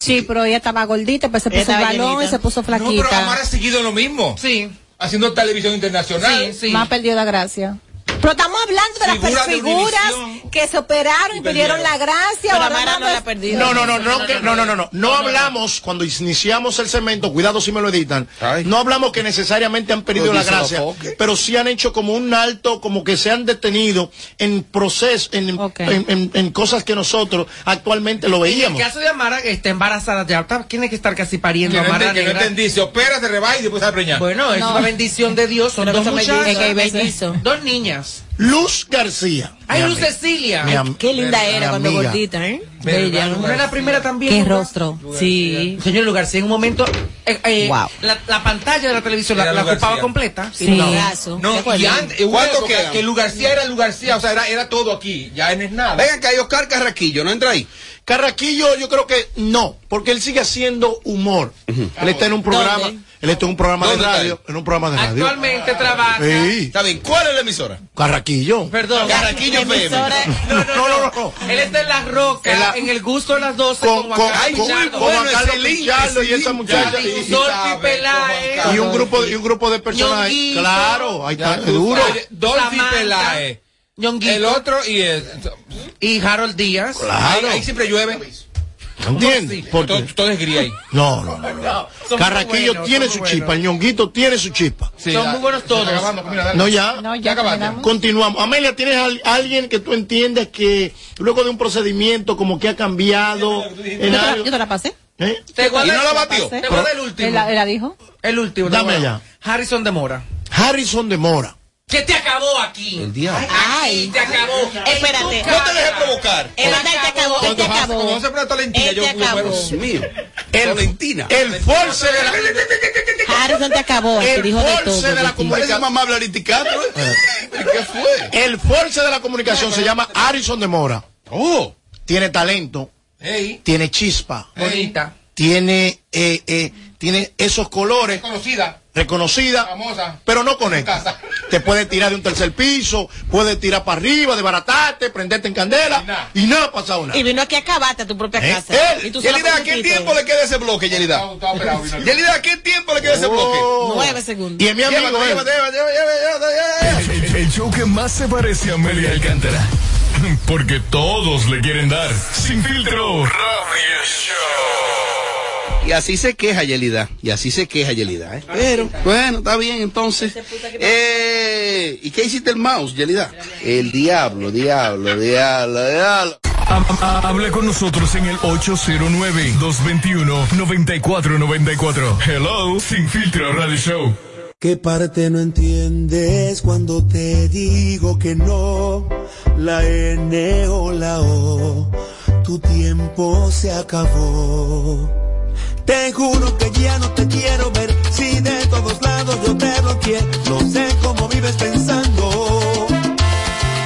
S8: Sí, pero ella estaba gordita, pues se puso
S12: Estaba
S8: balón y
S12: llenita.
S8: se puso
S10: No, pero
S8: flaquita.
S10: Amara ha seguido lo mismo.
S11: Sí.
S10: Haciendo televisión internacional.
S11: Sí, sí.
S8: Más perdió la gracia. Pero estamos hablando de las
S10: Figura de
S8: figuras
S10: Univisión.
S8: que se operaron y perdieron la gracia.
S12: Pero
S8: ahora
S12: Amara no
S8: vamos-
S12: la ha perdido.
S9: No, no, no, no, que- no, no, no, no. No hablamos cuando iniciamos el segmento, cuidado si me lo editan. No hablamos que necesariamente han perdido
S7: Pero
S9: la
S7: díselo,
S9: gracia,
S7: Foque.
S9: pero sí han hecho como un alto, como que se han detenido en proceso, en, en- en- en cosas que nosotros actualmente lo
S11: En
S9: veíamos.
S11: el caso de Amara, que está embarazada ya, está- tiene que estar casi
S10: Que
S11: pariendo
S10: no,
S11: Amara
S10: entendí, que no
S11: Negra.
S10: entendí, se opera, se rebaja y después se preñar.
S11: Bueno, es
S8: No.
S11: una bendición de Dios. Son
S12: Pero
S11: dos
S12: eso me
S11: muchachas,
S12: dice que hay veces.
S11: dos niñas.
S9: Luz García.
S11: Ay,
S9: mi
S11: Luz
S9: amiga.
S11: Cecilia.
S9: Mi am-
S12: Qué linda
S9: mi
S12: era cuando
S9: amiga.
S12: gordita, ¿eh?
S10: Bella.
S12: Bella.
S11: ¿No era la primera también?
S8: Qué
S11: Lugar?
S8: rostro.
S12: Sí.
S11: Señor Lugar, sí, en un momento eh, eh,
S8: Wow.
S11: la, la pantalla de la televisión la,
S10: Era
S11: la
S10: Lu
S11: ocupaba
S10: García.
S11: completa.
S8: Sí.
S11: No.
S12: Brazo. ¿Te
S10: No,
S12: acuerdas?
S10: y antes, hubo
S7: ¿Cuánto
S10: época
S7: quedan?
S10: que Lu García era Lu García, o sea, era, era todo aquí, ya no es nada.
S7: Venga, que hay Oscar Carraquillo, no entra ahí.
S9: Carraquillo, yo creo que no, porque él sigue haciendo humor. Él está en un programa,
S12: ¿Dónde?
S9: él está en un programa de
S7: ¿Dónde está
S9: radio, en un programa de radio.
S11: Actualmente trabaja.
S9: Sí,
S7: Está bien, ¿cuál es la emisora?
S9: Carraquillo.
S11: Perdón.
S7: Carraquillo FM.
S11: No, no, no, no, Él está en la roca,
S9: En
S11: en,
S9: la-
S11: el gusto de las 12
S9: Con,
S11: con,
S9: con,
S11: Juan Carlos
S9: con-
S11: Pichardo.
S9: con Juan
S11: Bueno,
S9: Carlos
S7: link,
S9: Pichardo y
S7: ese
S9: esa
S7: link,
S9: muchacha.
S7: ya
S9: y-
S7: vi.
S11: Dolphy Peláez.
S9: y un grupo de, y un grupo de personas ahí.
S11: Ñonguito.
S9: claro ahí está es duro
S10: Oye, Dolphy
S11: Samantha.
S10: Peláez,
S11: Ñonguito
S10: el otro y el...
S11: y Harold Díaz.
S10: Ahí, ahí siempre llueve,
S9: ¿No entiendes? Porque-
S10: todo, todo es gris ahí.
S9: no no no, no.
S11: Son
S9: Carraquillo
S11: muy buenos,
S9: tiene
S11: son
S9: su
S11: muy
S9: chispa el ñonguito tiene su chispa
S10: Sí,
S11: Son
S10: ya-
S11: muy buenos todos.
S10: se está acabando, pues mira, dale.
S9: no ya
S8: No, ya
S10: acabaste.
S8: terminamos.
S9: continuamos Amelia tienes al- alguien que tú entiendas que luego de un procedimiento como que ha cambiado
S8: Yo
S9: en
S8: te, la,
S9: algo
S8: yo te la pasé.
S9: ¿Eh?
S11: Te guarda-
S10: Y no la batió.
S11: Te guarda el último.
S8: Él la, él la dijo.
S11: El último.
S9: Dame
S11: no,
S9: ya.
S11: Harrison de Mora.
S9: Harrison de Mora
S11: ¿Qué te acabó aquí? El
S7: diablo.
S11: Ay, te acabó.
S12: Espérate.
S7: No te dejes provocar.
S12: Él te acabó.
S7: este
S12: Él te
S10: Cuando hace- cuando
S12: acabó.
S10: hace plata lentilla,
S12: Él
S10: yo
S12: te acabó.
S10: bueno,
S7: Dios mío. Este Valentina.
S9: el force de la
S12: Harrison te acabó. Te
S9: el
S12: dijo de todo.
S9: force de la
S12: de ti.
S7: Parece
S9: comunicación
S7: mamá habla ahorita, Castro, ¿eh? ¿Qué fue?
S9: el force de la comunicación se llama Harrison de Mora
S7: Oh.
S9: tiene talento
S10: Ey,
S9: tiene chispa
S11: Bonita.
S9: tiene eh, eh, tiene esos colores
S10: conocida.
S9: reconocida,
S10: Famosa.
S9: pero no conecta.
S10: Casa.
S9: Te puede tirar de un tercer piso, puede tirar para arriba, desbaratarte, prenderte en candela
S10: Y nada.
S9: y nada ha pasado nada.
S12: Y vino aquí a acabarte tu propia
S9: ¿Eh?
S12: casa.
S7: Él,
S12: Y tú
S7: Yelida,
S12: solo
S7: ¿a qué
S12: pusiste
S7: tiempo le queda ese bloque, Yelida?
S10: Está- está operado, vino aquí.
S7: Yelida, ¿a qué tiempo le queda ese bloque?
S9: Oh.
S12: Nueve segundos.
S9: Y es mi amigo
S7: Llévate,
S9: él.
S7: llévate, llévate, llévate, llévate, llévate.
S4: El, el show que más se parece a Amelia Alcántara. Porque todos le quieren dar. Sin filtro. Radio Show.
S7: Y así se queja Yelida. Y así se queja Yelida. ¿eh? Pero bueno, está bien entonces. Eh, ¿Y qué hiciste el mouse, Yelida? El diablo, diablo, diablo, diablo.
S4: Habla con nosotros en el 809-221-9494. Hello, Sin Filtro Radio Show.
S1: ¿Qué parte no entiendes cuando te digo que no? La N o la O, tu tiempo se acabó. Te juro que ya no te quiero ver, si de todos lados yo te bloqueé, no sé cómo vives pensando.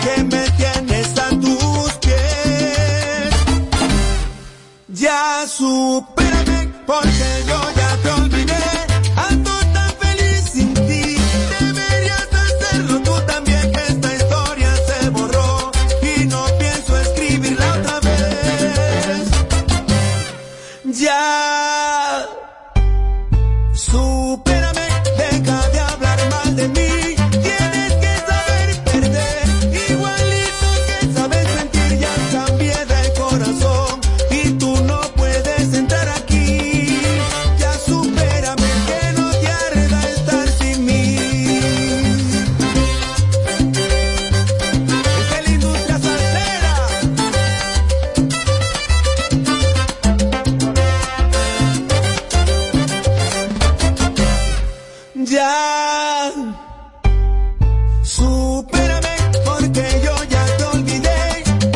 S1: Que me tienes a tus pies. Ya supérame, porque yo ya te olvidé. Ando tan feliz sin ti. Deberías hacerlo tú también. Esta historia se borró y no pienso escribirla otra vez. Ya supérame, deja de hablar mal de mí. Tienes que saber perder, igualito que sabes sentir. Ya cambié del corazón y tú no puedes entrar aquí. Ya supérame que no te arda estar sin mí. Es de la industria salsera. Ya supérame porque yo ya te olvidé.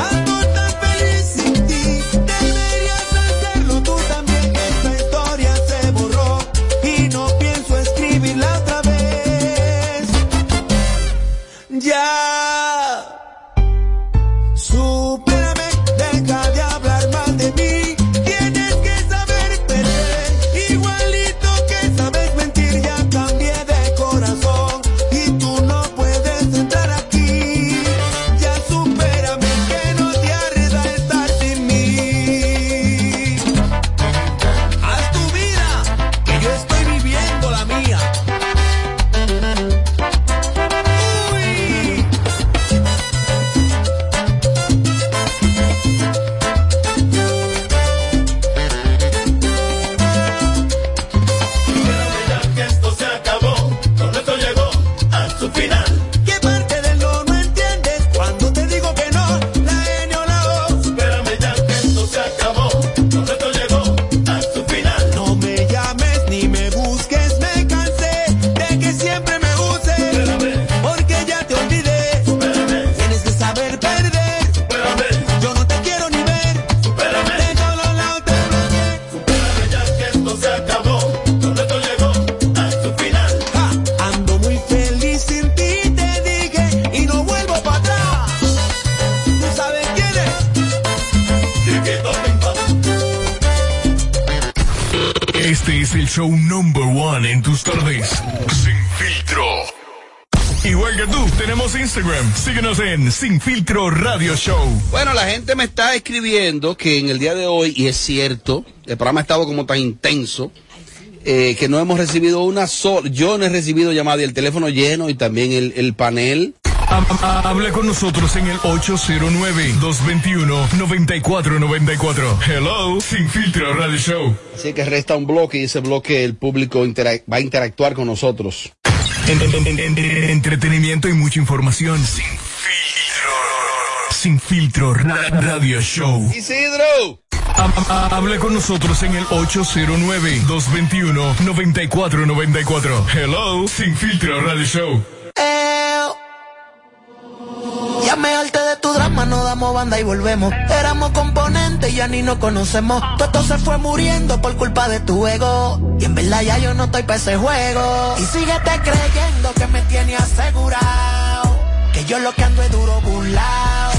S1: Ando tan feliz sin ti. Deberías hacerlo tú también. Esta historia se borró y no pienso escribirla otra vez. Ya supérame, deja de hablar mal de mí. Tienes que saber perder, igualito que sabes mentir. Ya cambié de corazón y tú no puedes entrar aquí. Ya supérame que no te arda estar sin mí. Haz tu vida, que yo estoy viviendo la mía. Uy.
S13: que esto se acabó, todo esto llegó a su final.
S1: ¿Qué parte de lo no entiendes cuando te digo que no? La N o la O. Espérame ya que esto se acabó. Todo esto llegó a su final. No me llames ni me busques, me cansé de que siempre me uses. Porque ya te olvidé. Tienes que saber perder. Yo no te quiero ni ver. De todos lados te bloqueé.
S13: Esto se acabó, todo esto llegó a su final.
S1: Ando muy feliz sin ti, te dije, y no vuelvo para atrás. ¿Tú sabes quién es?
S4: Este es el show number one en tus tardes. Sin Filtro. Igual que tú, tenemos Instagram. Síguenos en Sin Filtro Radio Show.
S7: Bueno, la gente me está escribiendo que en el día de hoy, y es cierto, el programa ha estado como tan intenso, eh, que no hemos recibido una sola, yo no he recibido llamada y el teléfono lleno y también el, el panel.
S4: Habla con nosotros en el 809-221-9494. Hello, Sin Filtro Radio Show.
S7: Así que resta un bloque y ese bloque el público interac- va a interactuar con nosotros.
S4: En- en- en- en- en- entretenimiento y mucha información. Sin Filtro. Sin Filtro Ra- Radio Show.
S7: Isidro.
S4: Habla con nosotros en el 809-221-9494. Hello, Sin Filtro Radio Show.
S5: Eh, Ya me harté de tu drama, no damos banda y volvemos. Éramos componentes y ya ni nos conocemos. Todo esto se fue muriendo por culpa de tu ego. Y en verdad ya yo no estoy para ese juego. Y síguete creyendo que me tienes asegurado. Que yo lo que ando es duro burlao.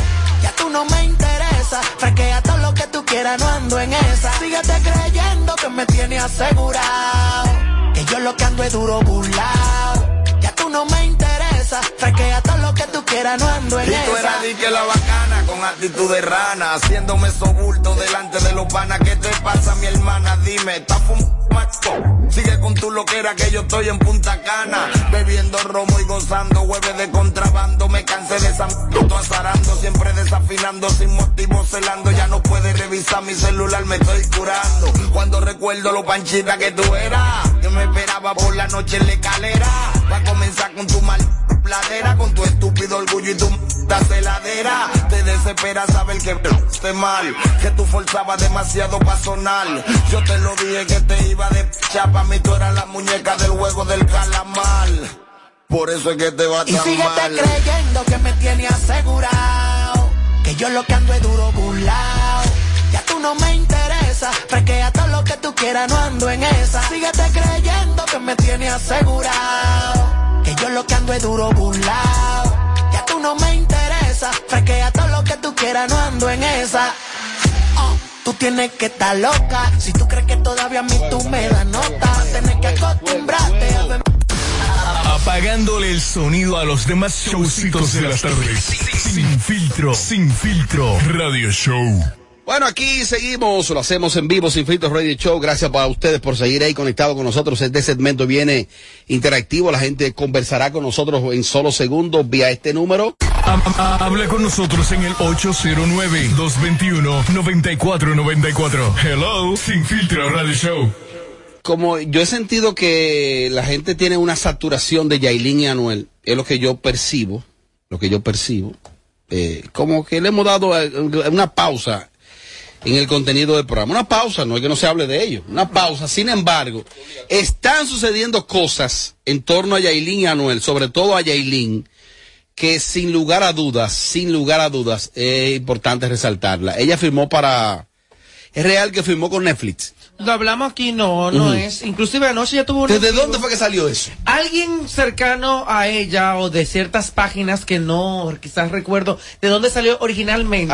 S5: Ya tú no me interesa. Fresquea todo lo que tú quieras, no ando en esa. Síguete creyendo que me tienes asegurado. Que yo lo que ando es duro burlao. Ya tú no me interesa. Fresquea todo lo que tú quieras, no ando en
S6: Y tú
S5: esa.
S6: eras una dique la bacana con actitud de rana, haciéndome esos bultos delante de los panas. ¿Qué te pasa, mi hermana? Dime, está fumando. Sigue con tu loquera que yo estoy en Punta Cana, bebiendo romo y gozando hueves de contrabando. Me cansé de esa m- todo azarando, siempre desafinando, sin motivo celando. Ya no puede revisar mi celular, me estoy curando. Cuando recuerdo lo panchita que tú eras, yo me esperaba por la noche en la escalera. Va a comenzar con tu mal pladera, con tu estúpido orgullo y tu puta celadera. Te desespera saber que esté mal, que tú forzabas demasiado pa' sonar. Yo te lo dije que te iba de chapa, mi tú eras la muñeca del juego del calamar. Por eso es que te va
S5: Y
S6: tan
S5: síguete
S6: mal.
S5: creyendo que me tiene asegurado. Que yo lo que ando es duro burlao. Ya tú no me interesa. Fresquea todo lo que tú quieras, no ando en esa. Síguete creyendo que me tiene asegurado. Que yo lo que ando es duro burlao. Ya tú no me interesa. Fresquea todo lo que tú quieras, no ando en esa. Oh, Tú tienes que estar loca. Si tú crees que todavía a mí tú me das nota, tienes que acostumbrarte a ver-
S4: Apagándole el sonido a los demás showcitos de las tardes. Sin filtro, sin filtro, radio show.
S7: Bueno, aquí seguimos, lo hacemos en vivo, Sin Filtros Radio Show. Gracias para ustedes por seguir ahí conectados con nosotros. Este segmento viene interactivo, la gente conversará con nosotros en solo segundos vía este número.
S4: Am- a- Habla con nosotros en el 809-221-9494. Hello, Sin Filtro Radio Show.
S7: Como yo he sentido que la gente tiene una saturación de Yailin y Anuel, es lo que yo percibo, lo que yo percibo. Eh, como que le hemos dado eh, una pausa en el contenido del programa. Una pausa, no es que no se hable de ello, una pausa. Sin embargo, están sucediendo cosas en torno a Yailin y Anuel, sobre todo a Yailin, que sin lugar a dudas, sin lugar a dudas, es importante resaltarla. Ella firmó para... Es real que firmó con Netflix.
S11: Lo hablamos aquí, no, no
S7: Ujú.
S11: es. Inclusive anoche ya tuvo un...
S7: ¿Desde dónde fue que salió eso?
S11: Alguien cercano a ella o de ciertas páginas que no quizás recuerdo de dónde salió originalmente.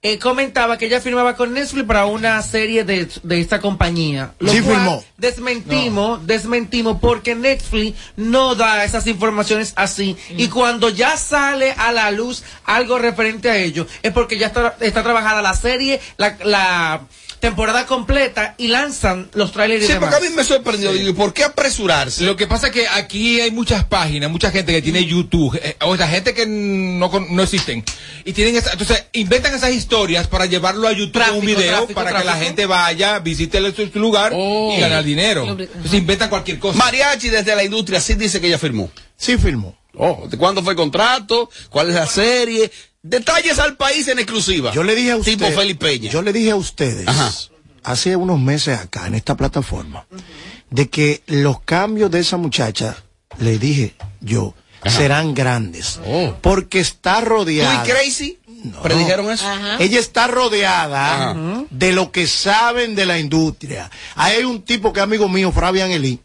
S11: eh, comentaba que ella firmaba con Netflix para una serie de, de esta compañía. Lo
S9: Sí
S11: cual
S9: firmó.
S11: Desmentimos, desmentimos porque Netflix no da esas informaciones así. Y cuando ya sale a la luz algo referente a ello, es porque ya está, está trabajada la serie, la, la temporada completa y lanzan los trailers
S7: Sí,
S11: y demás.
S7: porque a mí me sorprendió. Digo, ¿por qué apresurarse?
S10: Lo que pasa es que aquí hay muchas páginas, mucha gente que tiene YouTube, eh, o sea, gente que no, con- no existen. Y tienen esa- entonces inventan esas historias para llevarlo a YouTube un video
S7: tráfico,
S10: para que la
S7: tráfico. Oh.
S10: gente vaya, visite el- su su lugar y ganar dinero. Entonces inventan cualquier cosa.
S7: Mariachi desde la industria sí dice que ella firmó. Sí firmó. Oh, ¿de cuándo fue el contrato? ¿Cuál es la serie? Detalles al país en exclusiva. Yo le dije a usted. Tipo Felipe Peña.
S9: Yo le dije a ustedes hace unos meses acá en esta plataforma de que los cambios de esa muchacha, le dije yo, serán grandes. Porque está rodeada.
S7: ¿Tú y Crazy? ¿Predijeron eso? Ah,
S9: Ajá. Ella está rodeada
S7: Ajá.
S9: de lo que saben de la industria. Ahí hay un tipo que es amigo mío, Fabian Elí,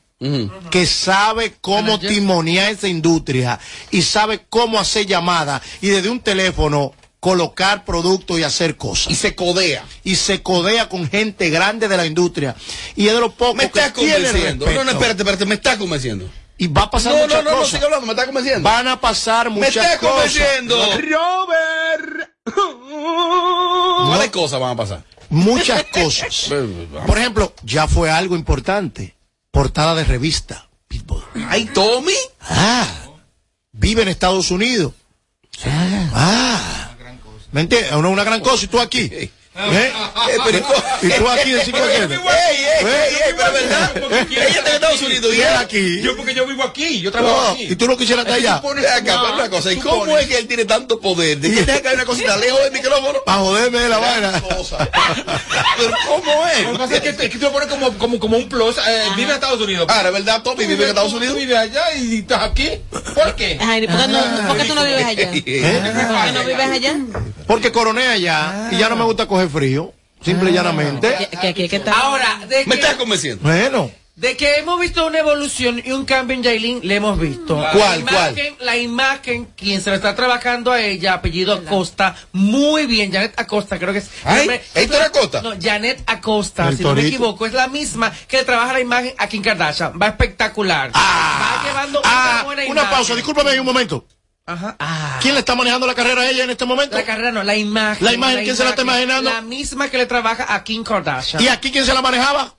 S9: que sabe cómo timonear esa industria y sabe cómo hacer llamadas y desde un teléfono colocar productos y hacer cosas. Y
S7: se codea.
S9: Y se codea con gente grande de la industria. Y es de los pocos
S7: Me está
S9: que tiene
S7: convenciendo. No, no,
S9: respeto.
S7: espérate, espérate, me está convenciendo.
S9: Y va a pasar
S7: No, no,
S9: muchas
S7: no, no,
S9: cosas.
S7: sigue hablando, me está convenciendo.
S9: Van a pasar
S7: Me
S9: muchas
S7: está
S9: cosas.
S7: convenciendo.
S9: Robert.
S7: ¿Cuáles cosas van a pasar?
S9: Muchas cosas. Por ejemplo, ya fue algo importante. Portada de revista.
S7: ¿Ay, Tommy?
S9: Ah. Vive en Estados Unidos. Ah. ¿Me entiendes? No, una gran cosa. ¿Y tú aquí? ¿Eh? ¿Y tú aquí de cinco
S10: Pero yo vivo aquí.
S9: ¿Eh?
S10: Porque
S9: Ella está en Estados Unidos y él aquí.
S10: Yo porque yo vivo aquí, yo trabajo
S9: No,
S10: aquí.
S9: y tú no quisieras estar
S10: Es que
S9: allá.
S10: tú pones-
S7: Ve acá, pero una cosa, ¿y
S10: tú
S7: cómo
S10: pones-
S7: es que él tiene tanto poder? ¿De qué deja caer una cosita lejos del micrófono?
S9: Para joderme de la vaina.
S7: Pero ¿cómo es?
S10: Lo que pasa es que, es que tú lo pones como, como, como un plus. eh, vive en Estados Unidos.
S7: Ahora, ¿verdad, Tommy? Vive en Estados Unidos.
S10: Vive allá y estás aquí. ¿Por qué?
S12: Ay, ¿por qué no- por qué tú no vives allá? ¿Por qué no vives allá?
S9: ¿Eh? Porque coroné allá y ya no me gusta coger frío. Simple y llanamente.
S11: Ahora, de que,
S7: convenciendo.
S9: Bueno.
S11: de que hemos visto una evolución y un cambio en Yailin, le hemos visto.
S9: ¿Cuál,
S11: La imagen, La imagen, quien se la está trabajando a ella, apellido Acosta, muy bien, Janet Acosta, creo que es.
S7: Ay,
S11: Nombre-
S7: ¿Héctor Acosta?
S11: No, Janet Acosta,
S7: El
S11: si no me
S7: torito.
S11: equivoco, es la misma que trabaja la imagen a Kim Kardashian. Va espectacular. Va llevando una buena
S9: Ah, Una
S7: ah,
S11: imagen.
S9: pausa, discúlpame ahí un momento. ¿Quién le está manejando la carrera a ella en este momento?
S11: Ah. La carrera no, la imagen.
S9: La imagen, ¿quién se la está imaginando?
S11: La misma que le trabaja a Kim Kardashian.
S9: ¿Y aquí quién se la manejaba?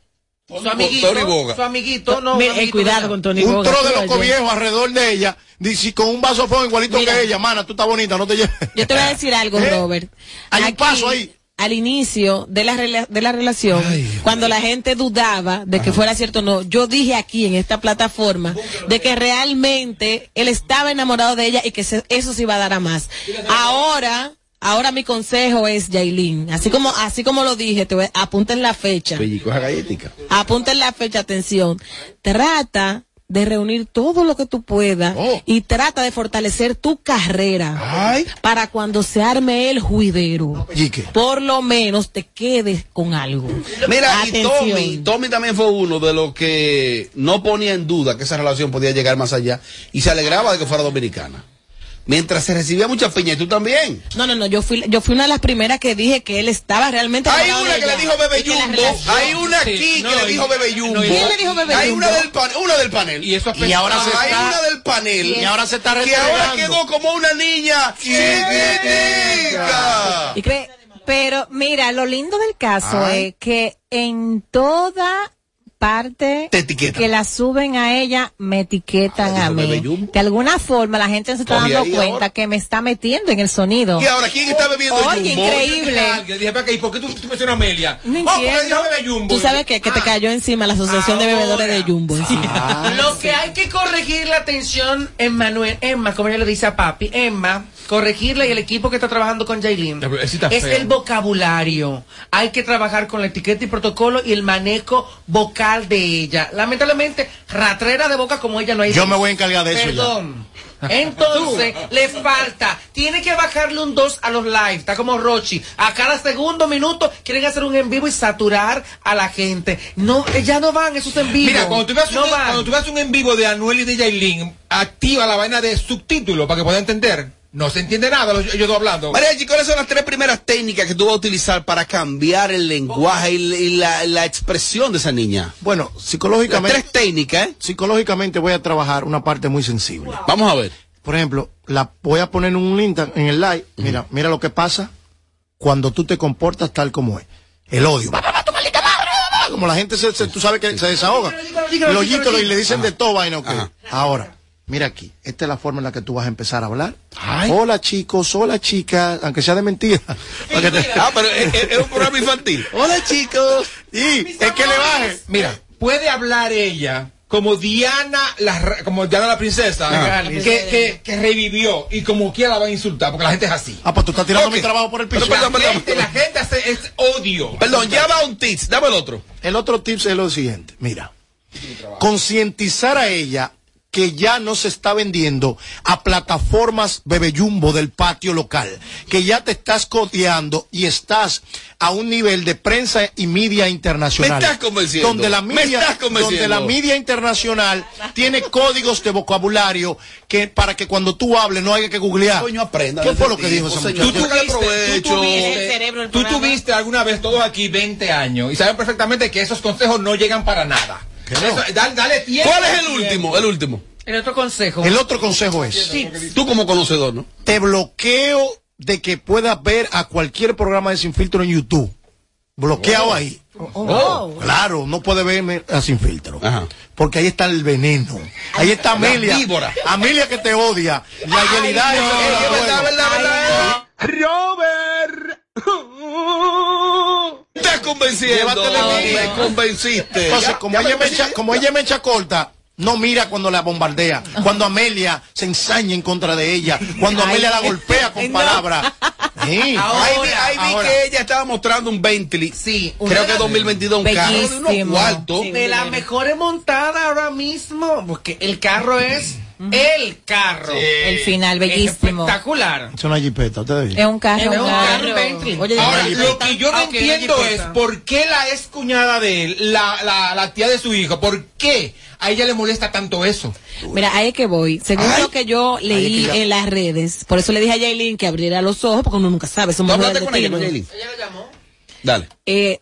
S11: Su amiguito.
S9: Tony Boga.
S11: Su amiguito, no.
S9: Me-
S11: un amiguito
S9: cuidado
S11: no.
S9: con un tro de loco viejo alrededor de ella, dice con un vaso fondo igualito
S12: Mira.
S9: que ella, mana, tú estás bonita, no te lleves.
S12: Yo te voy a decir algo,
S9: ¿Eh?
S12: Robert.
S9: Hay un
S12: Aquí,
S9: paso ahí.
S12: Al inicio de la, rela- de la relación, cuando la gente dudaba de que fuera cierto o no, yo dije aquí en esta plataforma de que realmente él estaba enamorado de ella y que se- eso se iba a dar a más. Ahora, ahora mi consejo es, Yailin, así como, así como lo dije, te voy- apunten la fecha.
S7: Pellico es galletica.
S12: Apunten la fecha, atención. Trata de reunir todo lo que tú puedas
S7: Oh.
S12: y trata de fortalecer tu carrera para cuando se arme el juidero.
S7: pues,
S12: Por lo menos te quedes con algo.
S7: Mira, y
S12: Atención.
S7: Tommy, Tommy también fue uno de los que no ponía en duda que esa relación podía llegar más allá y se alegraba de que fuera dominicana. Mientras se recibía mucha piña, y tú también.
S12: No, no, no, yo fui, yo fui una de las primeras que dije que él estaba realmente.
S7: Hay
S12: enamorado
S7: una
S12: de
S7: que le
S12: ella.
S7: dijo Bebe
S12: Y que la
S7: Jumbo,
S12: relación-
S7: hay una aquí
S12: Sí,
S7: que
S12: no,
S7: le
S12: y-
S7: dijo Bebe
S12: no, y-
S7: Jumbo.
S12: ¿Quién le dijo Bebe
S7: Hay
S12: Jumbo?
S7: una del, pan- una del panel. Y eso
S9: Y ahora se
S7: Hay
S9: está-
S7: una del panel.
S9: Y ahora se está
S7: Que ahora
S9: retirando.
S7: quedó como una niña chiquitica.
S12: Y cree-
S8: Pero mira, lo lindo del caso
S7: Ay.
S8: es que en toda parte
S7: Te etiquetan. Ah,
S8: que la suben a ella, me etiquetan a mí.
S7: Bebe Jumbo.
S8: De alguna forma la gente se está
S7: Cogí
S8: dando
S7: ahí
S8: cuenta
S7: ahora.
S8: que me está metiendo en el sonido.
S7: Y ahora, ¿quién está bebiendo
S8: Oye,
S10: Jumbo?
S8: increíble.
S10: Yo dije, "Alguien", dije, "¿Y por qué tú, tú mencionas a Amelia?
S12: No
S10: Oh, porque
S12: entiendo.
S10: ella bebe Jumbo.
S12: Tú sabes qué? que
S7: Ah.
S12: te cayó encima la asociación de bebedores de Jumbo. encima.
S11: Ah, Lo que hay que corregir la atención, Emmanuel, Emma, como ella le dice a papi, Emma, corregirla y el equipo que está trabajando con Jailin.
S10: Ya, pero ese está
S11: Es
S10: feo.
S11: el vocabulario. Hay que trabajar con la etiqueta y protocolo y el manejo vocal de ella. Lamentablemente, ratrera de boca como ella no hay.
S9: Yo me voy a encargar de eso ya.
S11: Perdón. Entonces, le falta, tiene que bajarle un 2 a los live, está como Rochi. A cada segundo minuto quieren hacer un en vivo y saturar a la gente. No, eh, ya no van esos en vivo.
S10: Mira, cuando tú, veas
S11: no
S10: un, cuando tú veas un en vivo de Anuel y de Yailin, activa la vaina de subtítulos para que pueda entender. No se entiende nada, los- ellos dos hablando.
S7: María G, ¿cuáles son las tres primeras técnicas que tú vas a utilizar para cambiar el lenguaje y, la- y la, la expresión de esa niña?
S9: Bueno, psicológicamente.
S7: Las tres técnicas, ¿eh?
S9: Psicológicamente voy a trabajar una parte muy sensible.
S7: Vamos a ver.
S9: Por ejemplo, la voy a poner en un link en el live. Mira, mira lo que pasa cuando tú te comportas tal como es. El odio. ¡Bah, bah, bah, tu maldita madre! bah, bah! Como la gente, se, se- tú sabes que se desahoga.
S11: dígalo,
S9: Los
S11: dígalo,
S9: gítolos y
S11: dígalo.
S9: le dicen de todo vaina. ok. Ahora, mira aquí. Esta es la forma en la que tú vas a empezar a hablar. Hola chicos, hola chicas, aunque sea de mentira. Para que te-
S7: Ah, pero es, es- es un programa infantil. Hola, chicos.
S9: Y es que le baje.
S10: Mira, puede hablar ella como Diana la, ra- como Diana la princesa
S9: Ah.
S10: que, que, que revivió y como quiera la van a insultar porque la gente es así.
S9: Ah, pues tú estás tirando
S10: Ok.
S9: mi trabajo por el piso.
S10: Pero perdón, perdón, perdón. La gente hace es odio.
S7: Perdón, ya va un tips. Dame el otro.
S9: El otro tips es lo siguiente, mira. Concientizar a ella que ya no se está vendiendo a plataformas bebeyumbo del patio local, que ya te estás coteando y estás a un nivel de prensa y media internacional.
S7: Me estás convenciendo.
S9: Donde la
S7: Me
S9: media,
S7: estás
S9: donde
S7: convenciendo.
S9: la media internacional tiene códigos de vocabulario que para que cuando tú hables no haya que googlear.
S7: Coño, aprenda
S9: ¿Qué
S7: de
S9: fue
S7: ese
S9: lo que dijo
S7: tipo,
S9: esa
S7: señor.
S9: muchacha?
S10: Tú tuviste, tú
S7: provecho.
S10: tuviste- tú tuviste alguna vez todos aquí 20 años y saben perfectamente que esos consejos no llegan para nada. Eso- dale, dale tiempo.
S7: ¿Cuál es el último? El último.
S11: El otro consejo.
S9: El otro consejo es.
S7: Tú como conocedor, ¿no?
S9: te bloqueo de que puedas ver a cualquier programa de Sin Filtro en YouTube.
S7: Oh.
S9: Bloqueado ahí. Claro, no puede verme a Sin Filtro. Porque ahí está el veneno. Ahí está
S7: La
S9: Amelia.
S7: víbora.
S9: Amelia que te odia. La realidad
S7: no.
S9: es
S7: Es verdad, verdad, verdad. Te estás convenciendo.
S9: Llévatele mía.
S7: me convenciste.
S9: Entonces,
S7: Ya,
S9: como
S7: ya
S9: ella,
S7: me
S9: me echa, como ella me echa corta, no mira cuando la bombardea, cuando Amelia se ensaña en contra de ella, cuando
S12: Ay.
S9: Amelia la golpea con
S12: No.
S9: palabras. Sí.
S7: Ahí vi, ahí vi
S9: ahora.
S7: que ella estaba mostrando un Bentley.
S11: Sí, una
S7: Creo
S11: de
S7: que
S11: las-
S7: 2022 un carro de unos
S12: Bellísimo.
S7: cuartos.
S12: Sí.
S11: de la mejor montada ahora mismo, porque el carro es el carro.
S8: El final, bellísimo.
S11: Espectacular.
S9: Es una jipeta, ustedes
S8: Es un
S11: Es
S8: carro,
S11: un
S8: un carro.
S11: carro Bentley.
S8: Oye,
S10: Ahora,
S8: dime,
S10: lo que yo no
S11: Ok,
S10: entiendo
S11: oye,
S10: es
S11: cosa.
S10: por qué la ex cuñada de él, la, la, la tía de su hijo, por qué a ella le molesta tanto eso.
S12: Mira, ahí es que voy. Según lo que yo leí
S9: ya-
S12: en las redes, por eso le dije a Jailin que abriera los ojos, porque uno nunca sabe.
S7: ¿Tú
S12: Somos
S7: hablaste
S12: mujeres
S7: con
S12: de
S7: ella, con
S12: tiro.
S7: Yailin?
S11: Ella lo llamó.
S7: Dale.
S12: Eh,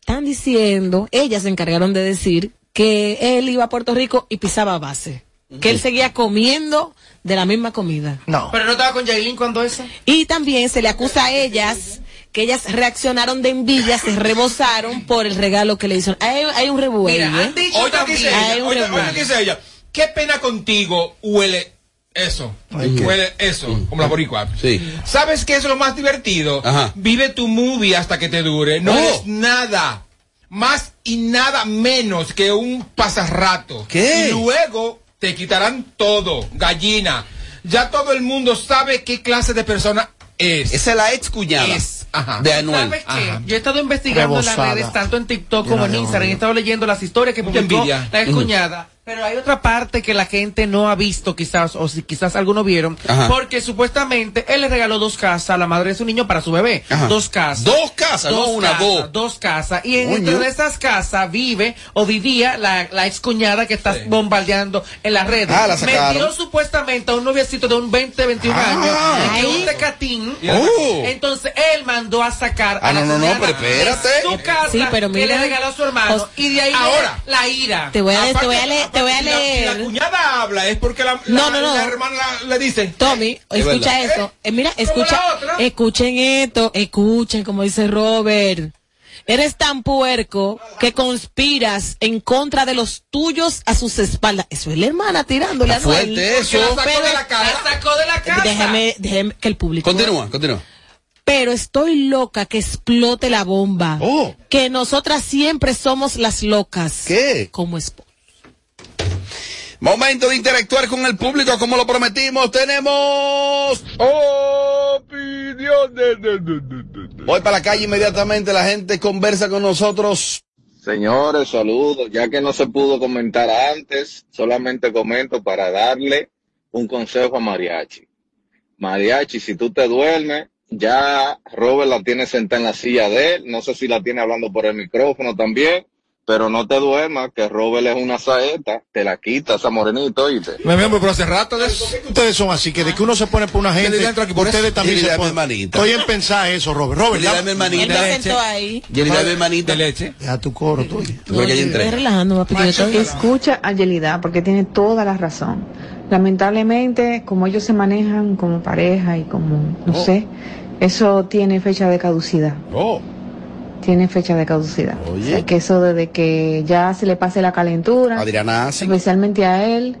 S12: están diciendo, ellas se encargaron de decir que él iba a Puerto Rico y pisaba base. que él seguía comiendo de la misma comida.
S9: No.
S11: Pero no estaba con Yailin cuando eso.
S12: Y también se le acusa a ellas que ellas reaccionaron de envidia, se rebosaron por el regalo que le hicieron. Hay, hay un revuelo.
S10: Mira,
S12: ¿eh?
S10: han dicho Oiga que dice
S8: Ah,
S12: Hay
S10: ella,
S12: un
S10: oiga-
S12: revuelo.
S10: oiga que dice ella, qué pena contigo huele eso.
S7: Ay, ¿qué? Mm.
S10: Huele eso, como la boricua. ¿Sabes qué es lo más divertido?
S7: Ajá.
S10: Vive tu movie hasta que te dure. No
S7: Oh.
S10: es nada más y nada menos que un pasarrato.
S7: ¿Qué?
S10: Y luego te quitarán todo, gallina. Ya todo el mundo sabe qué clase de persona es.
S7: Esa es la ex cuñada de Anuel.
S11: ¿Sabes qué? Yo he estado investigando en
S7: Rebozada.
S11: las redes, tanto en TikTok
S7: Yo
S11: como
S7: no
S11: en
S7: leo,
S11: Instagram,
S7: no.
S11: he estado leyendo las historias que publicó
S10: envidia.
S11: la ex
S10: Ujú.
S11: cuñada. Pero hay otra parte que la gente no ha visto quizás, o si quizás algunos vieron,
S10: Ajá.
S11: porque supuestamente él le regaló dos casas a la madre de su niño para su bebé.
S10: Ajá.
S11: Dos casas.
S10: Dos casas, no una,
S11: casas,
S10: dos.
S11: Dos casas. Y en-
S10: Coño.
S11: dentro de esas casas vive o vivía la, la ex cuñada que está bombardeando en las redes.
S10: Ah, la sacaron.
S11: Metió supuestamente a un noviecito de un 20, 21
S7: Ah.
S11: años, en
S7: Ay.
S11: un tecatín.
S10: Uh.
S7: Oh.
S11: Entonces él mandó a sacar
S7: Ah, no, no, no, pero espérate.
S11: de su casa
S12: Sí, pero
S11: que le
S12: mira,
S11: regaló a su hermano.
S12: os-
S11: y de ahí
S10: Ahora.
S11: la ira.
S12: Te voy a, te voy a leer. Te voy a
S10: si la- si
S12: leer.
S10: la cuñada habla es porque la, la-
S12: No, no, no.
S10: la hermana la- le dice.
S12: Tommy,
S10: Es
S12: escucha
S10: verdad.
S12: eso. Eh, mira, escucha,
S10: la otra.
S12: escuchen esto, escuchen como dice Robert. Eres tan puerco que conspiras en contra de los tuyos a sus espaldas. Eso es la hermana tirándole a Noel. Pero-
S11: La sacó de la casa.
S12: Déjeme, déjeme que el público.
S7: Continúa, continúa.
S12: Pero estoy loca que explote la bomba.
S7: Oh.
S12: Que nosotras siempre somos las locas.
S7: ¿Qué?
S12: Como esposa.
S7: Momento de interactuar con el público, como lo prometimos, tenemos opiniones. Voy para la calle inmediatamente, la gente conversa con nosotros.
S14: Señores, saludos. Ya que no se pudo comentar antes, solamente comento para darle un consejo a Mariachi. Mariachi, si tú te duermes, ya Ah, Robert la tiene sentada en la silla de él. No sé si la tiene hablando por el micrófono también, pero no te duermas, que Robert es una saeta. Te la quita esa morenita, oíste.
S9: Me pero hace rato de eso. Ustedes son así, que de que uno se pone por una
S14: Que
S9: gente,
S14: le dan tranqui por
S9: ustedes
S14: eso.
S9: también
S14: Y le
S9: se
S14: da mi
S9: ponen.
S14: hermanita.
S9: Estoy en pensar eso, Robert. Robert,
S7: Y le da mi hermanita. Él me sentó
S12: ahí.
S7: Y le da mi hermanita. De
S10: leche.
S9: Ya tu coro, tú.
S7: Porque ya entré.
S15: Escucha a Yelida porque tiene toda la razón. Lamentablemente, como ellos se manejan como pareja y como, no
S16: Oh.
S15: sé, eso tiene fecha de caducidad.
S7: Oh.
S15: Tiene fecha de caducidad.
S7: Oye.
S15: O sea, que eso desde que ya se le pase la calentura,
S7: Adriana Asi.
S15: especialmente a él,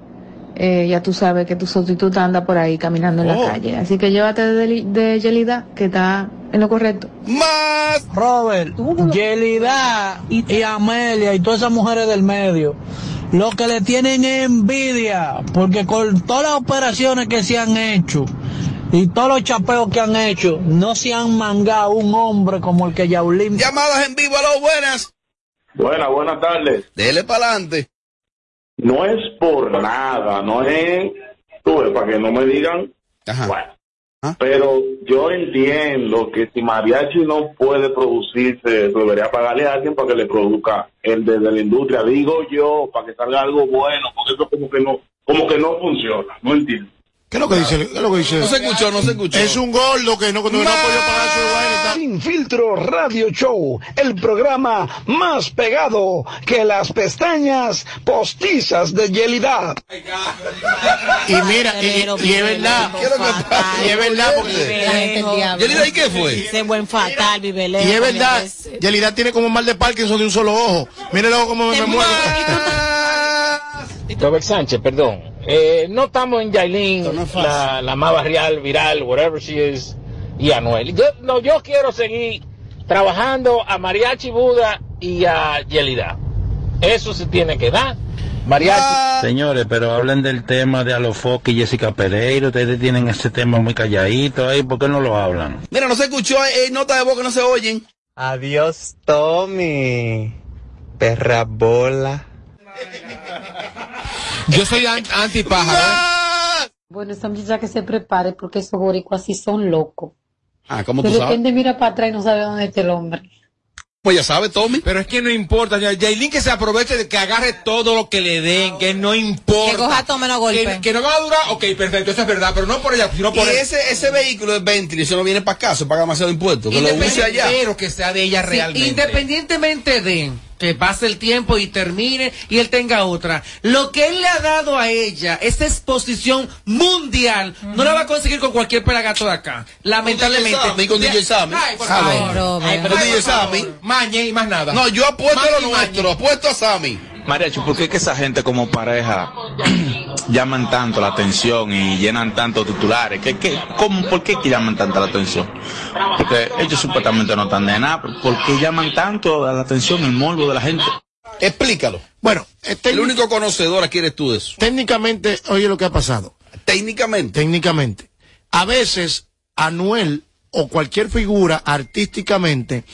S15: eh, ya tú sabes que tu sustituta anda por ahí caminando en
S7: Oh.
S15: la calle. Así que llévate de, de Yelida, que está en lo correcto.
S7: Más
S17: Robert, Yelida y Amelia y todas esas mujeres del medio. Lo que le tienen es envidia, porque con todas las operaciones que se han hecho y todos los chapeos que han hecho, no se han mangado un hombre como el que Yaulín.
S7: Llamadas en vivo, aló, buenas.
S6: Buenas, buenas tardes.
S7: Dele para adelante.
S6: No es por nada, no es, tú ves, para que no me digan, bueno.
S7: Ah.
S6: Pero yo entiendo que si Mariachi no puede producirse, debería pagarle a alguien para que le produzca el desde la industria, digo yo, para que salga algo bueno, porque eso como que no, como que no funciona, no entiendo.
S9: ¿Qué es lo que dice? ¿Qué es lo que dice? No se escuchó,
S7: no se escuchó.
S9: Es un gordo que no, no, no ha podido pagar su vaina.
S1: Sin filtro radio show, el programa más pegado que las pestañas postizas de Yelida.
S9: Y mira, y, y es verdad, y es verdad, porque...
S7: Yelida, ¿y qué fue?
S12: Ese buen fatal, vivelero.
S9: Y es verdad, Yelida tiene como un mal de Parkinson de un solo ojo. Mírenlo cómo me, me mueve.
S18: Robert Sánchez, perdón. Eh, no estamos en Yailin, la, la más barrial, viral, whatever she is, y Anuel. Yo, no, yo quiero seguir trabajando a Mariachi Buda y a Yelida. Eso se tiene que dar. Mariachi.
S19: Señores, pero hablen del tema de Alofoque y Jessica Pereira. Ustedes tienen ese tema muy calladito ahí. ¿Por qué no lo hablan?
S7: Mira, no se escuchó, eh, nota de voz que no se oyen.
S20: Adiós, Tommy. Perra bola.
S10: Yo soy an- antipaja. ¿verdad?
S21: Bueno, esa muchacha que se prepare porque esos boricuas sí son locos.
S7: Ah, ¿cómo
S21: de
S7: tú sabes?
S21: repente mira para atrás y no sabe dónde está el hombre.
S7: Pues ya sabe, Tommy.
S10: Pero es que no importa, señora. Yailin que se aproveche de que agarre todo lo que le den, que no importa.
S22: Que coja todo menos golpe.
S10: Que, que no va a durar, ok, perfecto, eso es verdad, pero no por ella, sino por
S7: y
S10: él.
S7: ese, ese vehículo es Bentley, eso no viene para acá, se paga demasiado impuesto. Que lo use allá.
S11: Independiente-
S10: que sea de ella
S11: Sí,
S10: realmente.
S11: independientemente de que pase el tiempo y termine y él tenga otra. Lo que él le ha dado a ella, esa exposición mundial, no la va a conseguir con cualquier pelagato de acá. Lamentablemente.
S7: Sammy, con DJ Sammy.
S11: Ay, por
S7: Sammy.
S11: favor.
S7: Ay, pero
S11: Ay,
S7: DJ
S11: por favor.
S7: Sammy.
S11: Mañe y más nada.
S7: No, yo apuesto a
S11: Mañe
S7: lo
S11: y mañe.
S7: nuestro, apuesto a Sammy.
S13: Mariachi, ¿por qué que esa gente como pareja llaman tanto la atención y llenan tanto titulares? ¿Qué, qué, cómo, ¿Por qué que llaman tanta la atención? Porque ellos supuestamente no están de nada. pero ¿Por qué llaman tanto la atención el morbo de la gente?
S7: Explícalo.
S9: Bueno,
S7: el único conocedor aquí eres tú de eso.
S9: Técnicamente, oye lo que ha pasado.
S7: Técnicamente.
S9: Técnicamente. A veces, Anuel o cualquier figura artísticamente,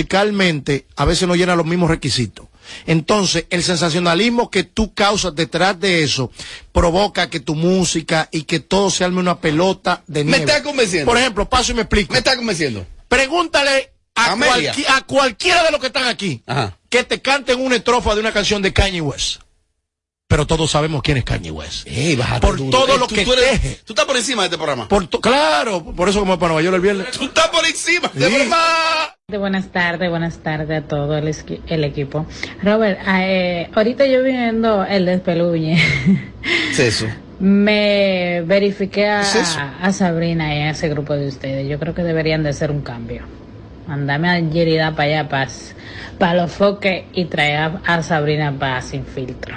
S9: musicalmente, a veces no llena los mismos requisitos. Entonces, el sensacionalismo que tú causas detrás de eso provoca que tu música y que todo se arme una pelota de
S7: Me
S9: nieve.
S7: está convenciendo.
S9: Por ejemplo, paso y me explico. Me
S7: está convenciendo.
S9: Pregúntale a,
S7: Amelia.
S9: cualqui- a cualquiera de los que están aquí que te canten una estrofa de una canción de Kanye West. Pero todos sabemos quién es Kanye West. por
S7: duro.
S9: todo
S7: Ey,
S9: lo
S7: tú-
S9: que
S7: tú eres-
S9: teje.
S7: Tú estás por encima de este programa.
S9: Por to- claro, por eso como para Nueva York el viernes.
S7: Tú estás por encima de este programa.
S21: De buenas tardes, buenas tardes a todo el, esqui- el equipo. Robert, eh, ahorita yo viendo el despeluye,
S7: Es eso.
S21: me verifiqué a,
S7: ¿Es eso?
S21: a Sabrina y a ese grupo de ustedes. Yo creo que deberían de hacer un cambio. Mandame a Yerida para allá, para los foques y trae a, a Sabrina para sin filtro.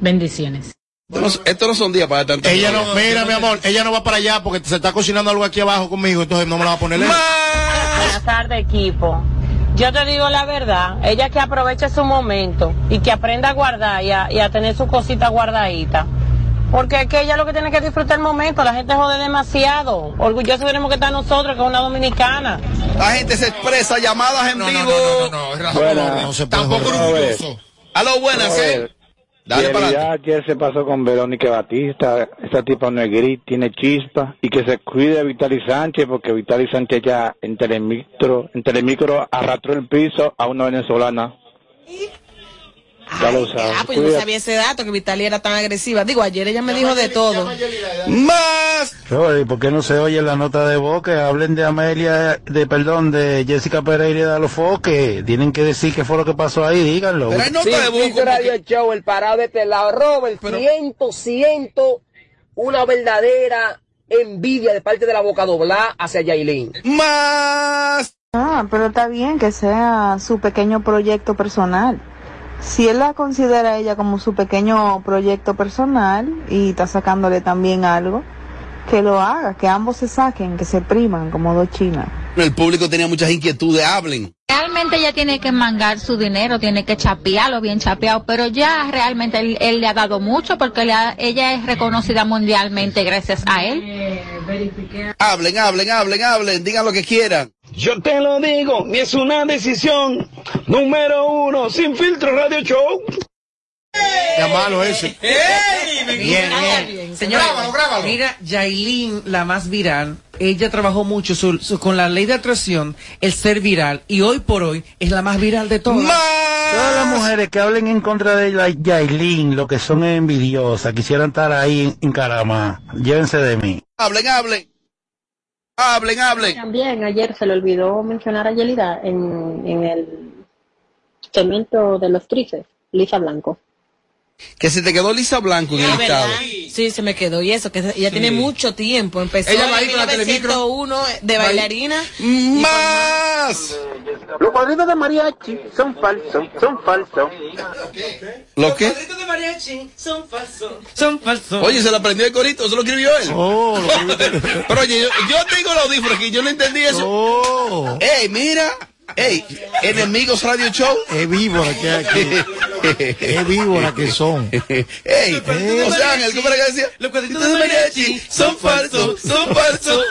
S21: Bendiciones.
S7: Estos no- estos no son días para tanto.
S9: Ella no, mira, mi amor, ella no va para allá porque se está cocinando algo aquí abajo conmigo, entonces no me la va a poner. lejos.
S12: Buenas tardes, equipo. Yo te digo la verdad, ella que aproveche su momento y que aprenda a guardar y a, y a tener su cosita guardadita. Porque es que ella lo que tiene que disfrutar el momento, la gente jode demasiado. Orgulloso tenemos que estar nosotros, que es una dominicana.
S7: La gente se expresa, llamadas en vivo.
S23: Tampoco
S7: Aló, buenas, ¿eh? Dale para adelante.
S23: ayer se pasó con Verónica Batista. Esta tipa no es gris, tiene chispa. Y que se cuide de Vitali Sánchez, porque Vitali Sánchez ya en Telemicro, en Telemicro arrastró el piso a una venezolana. Ya lo sabes.
S5: Ah, pues yo no
S23: Cuida-
S5: sabía ese dato, que Vitalia era tan agresiva. Digo, ayer ella me dijo de todo.
S7: Más.
S19: Robert, ¿y por qué no se oye la nota de voz que hablen de Amelia, de perdón, de Jessica Pereira y de Alofoque? Tienen que decir qué fue lo que pasó ahí, díganlo.
S24: Radio Show, el parado de este lado. Robert, siento, siento una verdadera envidia de parte de la boca doblada hacia Yailin.
S7: Más.
S15: Ah, pero está bien que sea su pequeño proyecto personal. Si él la considera a ella como su pequeño proyecto personal y está sacándole también algo, que lo haga, que ambos se saquen, que se priman como dos chinas.
S7: El público tenía muchas inquietudes, hablen.
S25: Realmente ella tiene que mangar su dinero, tiene que chapearlo bien chapeado, pero ya realmente él, él le ha dado mucho porque le ha- ella es reconocida mundialmente gracias a él.
S7: Hablen, hablen, hablen, hablen, digan lo que quieran.
S1: Yo te lo digo, y es una decisión. Número uno, sin filtro radio show.
S9: Qué malo ese.
S11: Bien, bien. Señora,
S9: Grábalo, grábalo.
S11: Mira, Yailin, la más viral, ella trabajó mucho su- su- con la ley de atracción, el ser viral, y hoy por hoy es la más viral de todas.
S19: Todas las mujeres que hablen en contra de la Yailin, lo que son envidiosas, quisieran estar ahí en Carama, llévense de mí.
S7: Hablen, hablen. Hablen, hablen.
S26: También ayer se le olvidó mencionar a Yelida en, en el segmento de los tristes, Lisa Blanco.
S7: Que se te quedó Lisa Blanco
S12: Ah,
S7: en el listado.
S5: Sí, se me quedó. Y eso, que ella tiene mucho tiempo. Empezó
S19: Ella va
S5: en
S19: ahí con la
S5: 1901 de
S19: Va ahí.
S5: bailarina.
S7: ¡Más!
S19: Los padrinos de mariachi son falsos, son falsos.
S7: ¿Lo qué?
S11: de mariachi son falsos. Son falsos.
S7: Oye, se la aprendió el corito, se lo escribió él.
S9: Oh,
S7: Pero oye, yo, yo tengo el audífono aquí, yo no entendí eso.
S9: Oh.
S7: ¡Ey, mira! ¡Ey! Enemigos Radio Show.
S9: Es víbora que hay aquí. Es víbora que son.
S7: ¡Ey! O sea, Ángel, ¿cómo era que decía?
S11: Los
S7: cuadritos de mariachi son falsos, son falsos.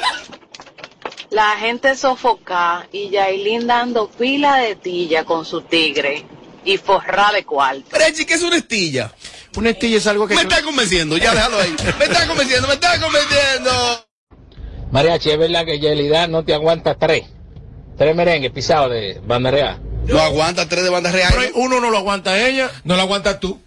S27: La gente sofoca y Yailin dando pila de tilla con su tigre y forra de cuarto.
S7: Frechi, ¿qué es una estilla?
S9: Una estilla es algo que...
S7: Me está convenciendo, ya déjalo ahí. Me está convenciendo, me está convenciendo.
S10: Mariachi, es verdad que Yelida no te aguanta tres. Tres merengues pisados de banderea.
S7: No aguanta tres de banda real.
S9: uno no lo aguanta ella.
S28: No lo aguanta tú.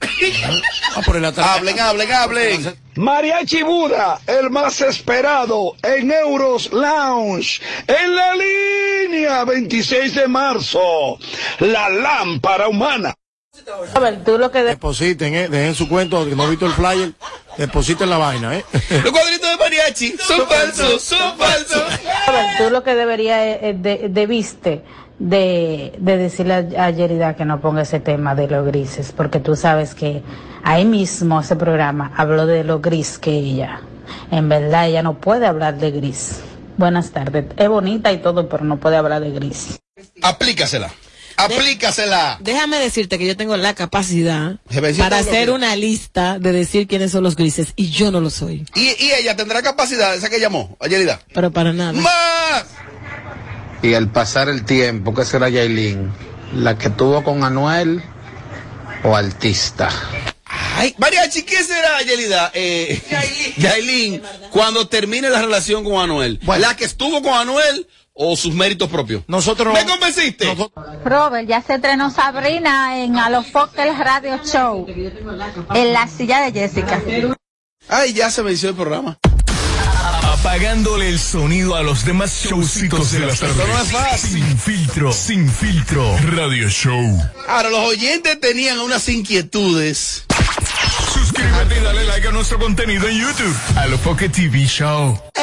S7: Ah, Hablen, hablen, hablen.
S29: Mariachi Buda, el más esperado en Euros Lounge, en la línea 26 de marzo, la lámpara humana.
S9: A ver, tú lo que Depositen, eh, dejen su cuento, que no he visto el flyer, depositen la vaina, eh.
S7: Los cuadritos de mariachi son falsos, son falsos.
S21: A ver, tú lo que debería eh, de, debiste de, de decirle a, a Yerida que no ponga ese tema de los grises, porque tú sabes que ahí mismo ese programa habló de lo gris que ella. En verdad ella no puede hablar de gris. Buenas tardes. Es bonita y todo, pero no puede hablar de gris.
S7: Aplícasela. Aplícasela.
S12: Déjame decirte que yo tengo la capacidad
S7: Jefecita,
S12: para
S7: lo
S12: hacer
S7: que-
S12: una lista de decir quiénes son los grises y yo no lo soy.
S7: Y, y ella tendrá capacidad, esa que llamó, Ayelida.
S12: Pero para nada.
S7: ¡Más!
S30: Y al pasar el tiempo, ¿qué será Yailin? ¿La que tuvo con Anuel o artista?
S7: Ay, mariachi, ¿qué será, Yelida? Eh, Yailin, cuando termine la relación con Anuel, la que estuvo con Anuel o sus méritos propios.
S9: Nosotros
S7: ¿Me convenciste?
S25: Robert, ya se entrenó Sabrina en A los Focus Radio Show, en la silla de Jessica.
S7: Ay, ya se me hizo el programa.
S13: Apagándole el sonido a los demás showcitos de las tardes.
S7: No es
S13: Sin filtro, sin filtro. Radio Show.
S7: Ahora, los oyentes tenían unas inquietudes.
S13: Suscríbete y dale like a nuestro contenido en YouTube. A lo Pocket TV Show.
S5: Eh,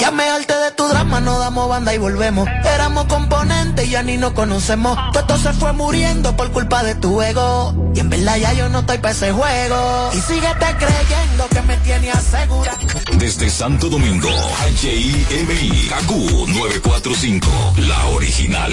S5: Ya me harté de tu drama, no damos banda y volvemos. Éramos componentes y ya ni nos conocemos. Todo esto se fue muriendo por culpa de tu ego. Y en verdad ya yo no estoy para ese juego. Y síguete creyendo que me tienes asegurada.
S13: Desde Santo Domingo, HIMI, KQ 945, la original.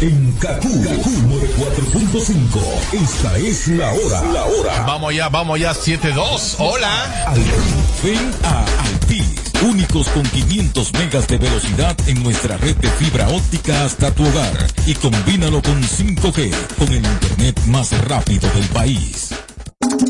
S13: En KQ, 945, esta es la hora. La hora.
S4: Vamos ya, vamos ya, 7-2. Hola.
S13: Ven a Altis, únicos con 500 megas de velocidad en nuestra red de fibra óptica hasta tu hogar y combínalo con 5G, con el internet más rápido del país.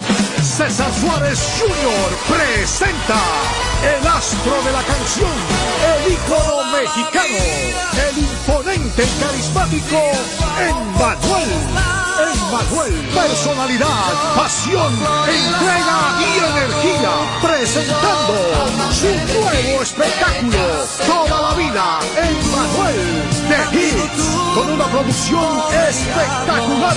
S1: César Suárez Jr. presenta el astro de la canción, el ícono mexicano, el imponente y carismático Emmanuel. Emmanuel, personalidad, pasión, entrega y energía, presentando su nuevo espectáculo, toda la vida, Emmanuel, de Hits, con una producción espectacular.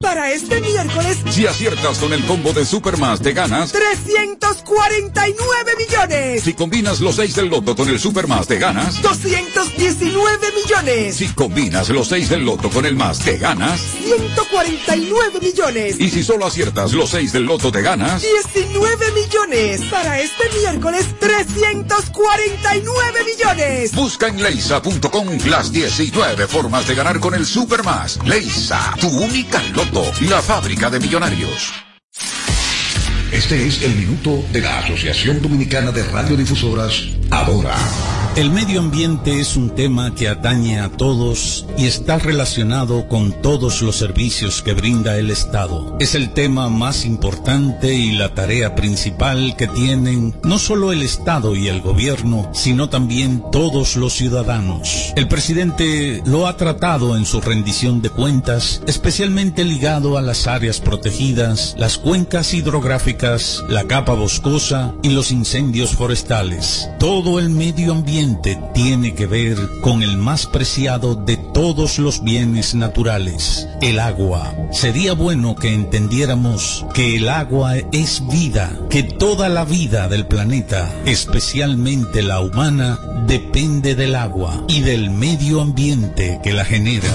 S31: Para este miércoles,
S13: Si aciertas con el combo de Supermas, te ganas.
S31: 349 millones.
S13: Si combinas los 6 del loto con el Supermas, te ganas.
S31: 219 millones.
S13: Si combinas los 6 del loto con el más, te ganas.
S31: 149 millones.
S13: Y si solo aciertas los 6 del loto, te ganas.
S31: 19 millones. Para este miércoles, 349 millones.
S13: Busca en leisa.com las 19 formas de ganar con el Supermas. Leisa, tu única loto.
S31: Rico, la fábrica de millonarios. Este es el minuto de la Asociación Dominicana de Radiodifusoras, Adora.
S19: El medio ambiente es un tema que atañe a todos y está relacionado con todos los servicios que brinda el Estado. Es el tema más importante y la tarea principal que tienen no solo el Estado y el gobierno, sino también todos los ciudadanos. El presidente lo ha tratado en su rendición de cuentas, especialmente ligado a las áreas protegidas, las cuencas hidrográficas, la capa boscosa y los incendios forestales. Todo el medio ambiente tiene que ver con el más preciado de todos los bienes naturales, el agua. Sería bueno que entendiéramos que el agua es vida, que toda la vida del planeta, especialmente la humana, depende del agua y del medio ambiente que la genera.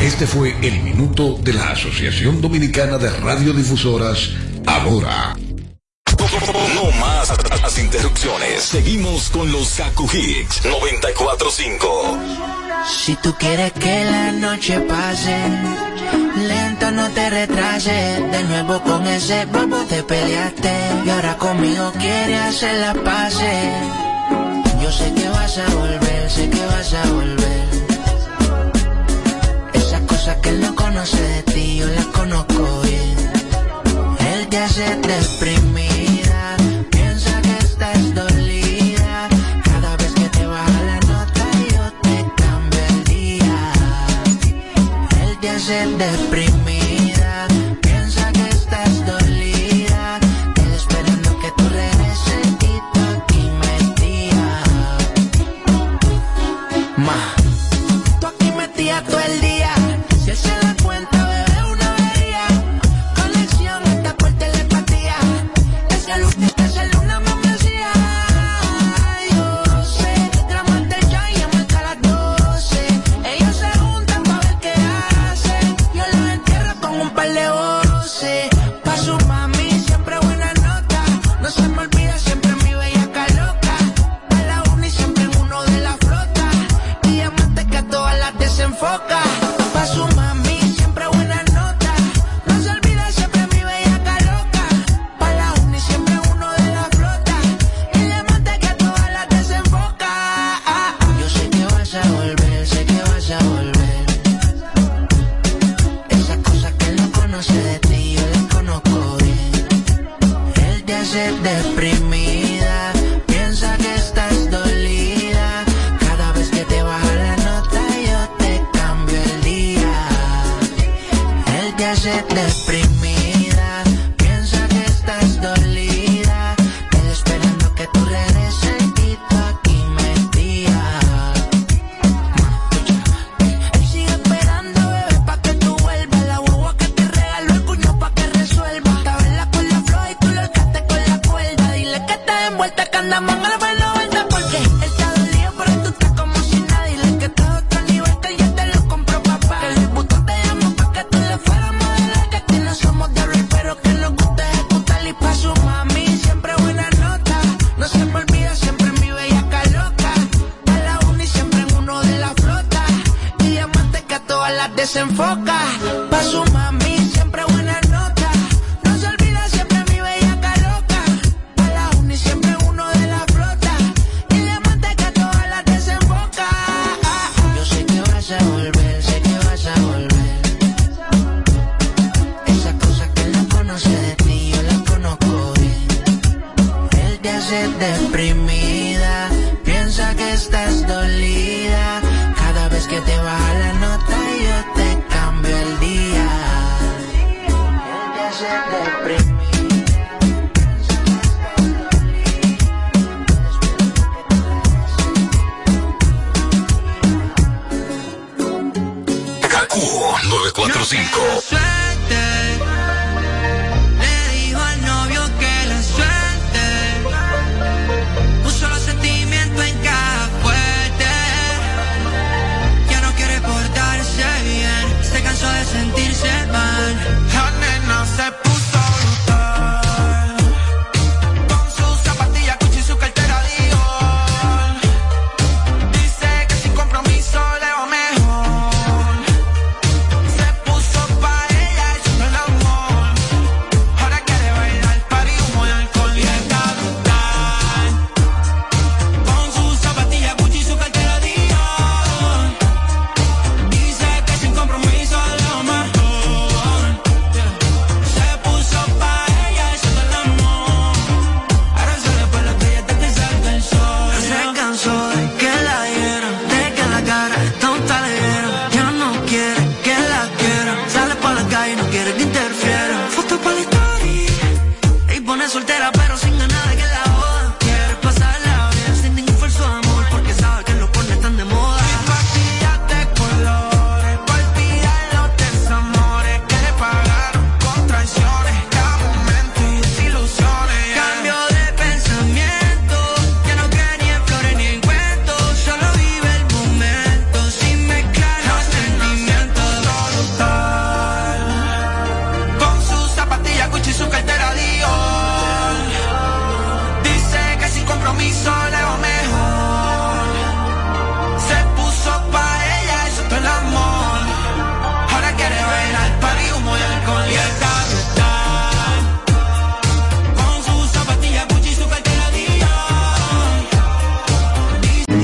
S31: Este fue el minuto de la Asociación Dominicana de Radiodifusoras, Adora.
S13: No más las interrupciones. Seguimos con los Kaku Hicks 945.
S32: Si tú quieres que la noche pase, lento no te retrases. De nuevo con ese bobo te peleaste y ahora conmigo quieres hacer la pase. Yo sé que vas a volver, sé que vas a volver. Esas cosas que él no conoce de ti, yo las conozco bien. Él te hace deprimida, piensa que estás dolida. Cada vez que te baja la nota, yo te cambio el día. Él te hace deprimida, piensa que estás dolida. Él esperando que tú regreses y tú aquí metida. Ma, tú aquí metida todo el día. Si él se da cuenta, bebé, una avería. Conexión hasta por telepatía. Es el último, es el una membresía. Yo sé, tramas del ya y llamo hasta las 12. Ellos se juntan para ver qué hacen. Yo los entierro con un par de voces. Pa' su mami, siempre buena nota. No se me olvida, siempre mi bellaca loca. Pa' la uni, siempre en uno de la flota. Y amante que a todas las desenfoca. Pa' su mami, siempre buena nota. No se olvida, siempre mi bellaca loca. Pa' la uni, siempre uno de la flota. Y le mata que a todas las desenfoca. Yo sé que vas a volver, sé que vas a volver. Esas cosas que él no conoce de ti, yo las conozco bien. Él te hace deprimida, piensa que estás dolida. Cada vez que te baja la nota, yo te cambio el día. Él te hace deprimida, piensa que estás dolida. Él esperando que tú regreses y tú aquí metida. Él sigue esperando, bebé, pa' que tú vuelvas. La guagua que te regaló el cuño pa' que resuelva. Cabela con la flor y tú lo alcaste con la cuerda. Dile que estás envuelta, que andamos en el baile vuelta. Porque él está dolido, pero tú estás como si nada. Dile que estás a otro nivel, que yo te lo compro, papá. Que el puto te llamo pa' que tú le fueras más adelante. Que no somos diablos, pero que nos gusta ejecutar. Y pa' su mami, siempre buena nota. No se me olvida, siempre mi bellaca loca. A la uni, siempre en uno de la flota. Y amante que a todas las desenfoca. Pa' su mami, siempre buena nota. No se olvida siempre mi bellaca loca. Pa' la uni, siempre uno de la flota. Y le amante que a todas las desenfoca. Yo sé que vas a volver, sé que vas a volver. Esas cosas que él no conoce de ti, yo las conozco bien. Él te hace deprimida, piensa que estás dolida. Cada vez que te baja la nota yo te cambio el día. Él te hace deprimida.
S31: KQ 945.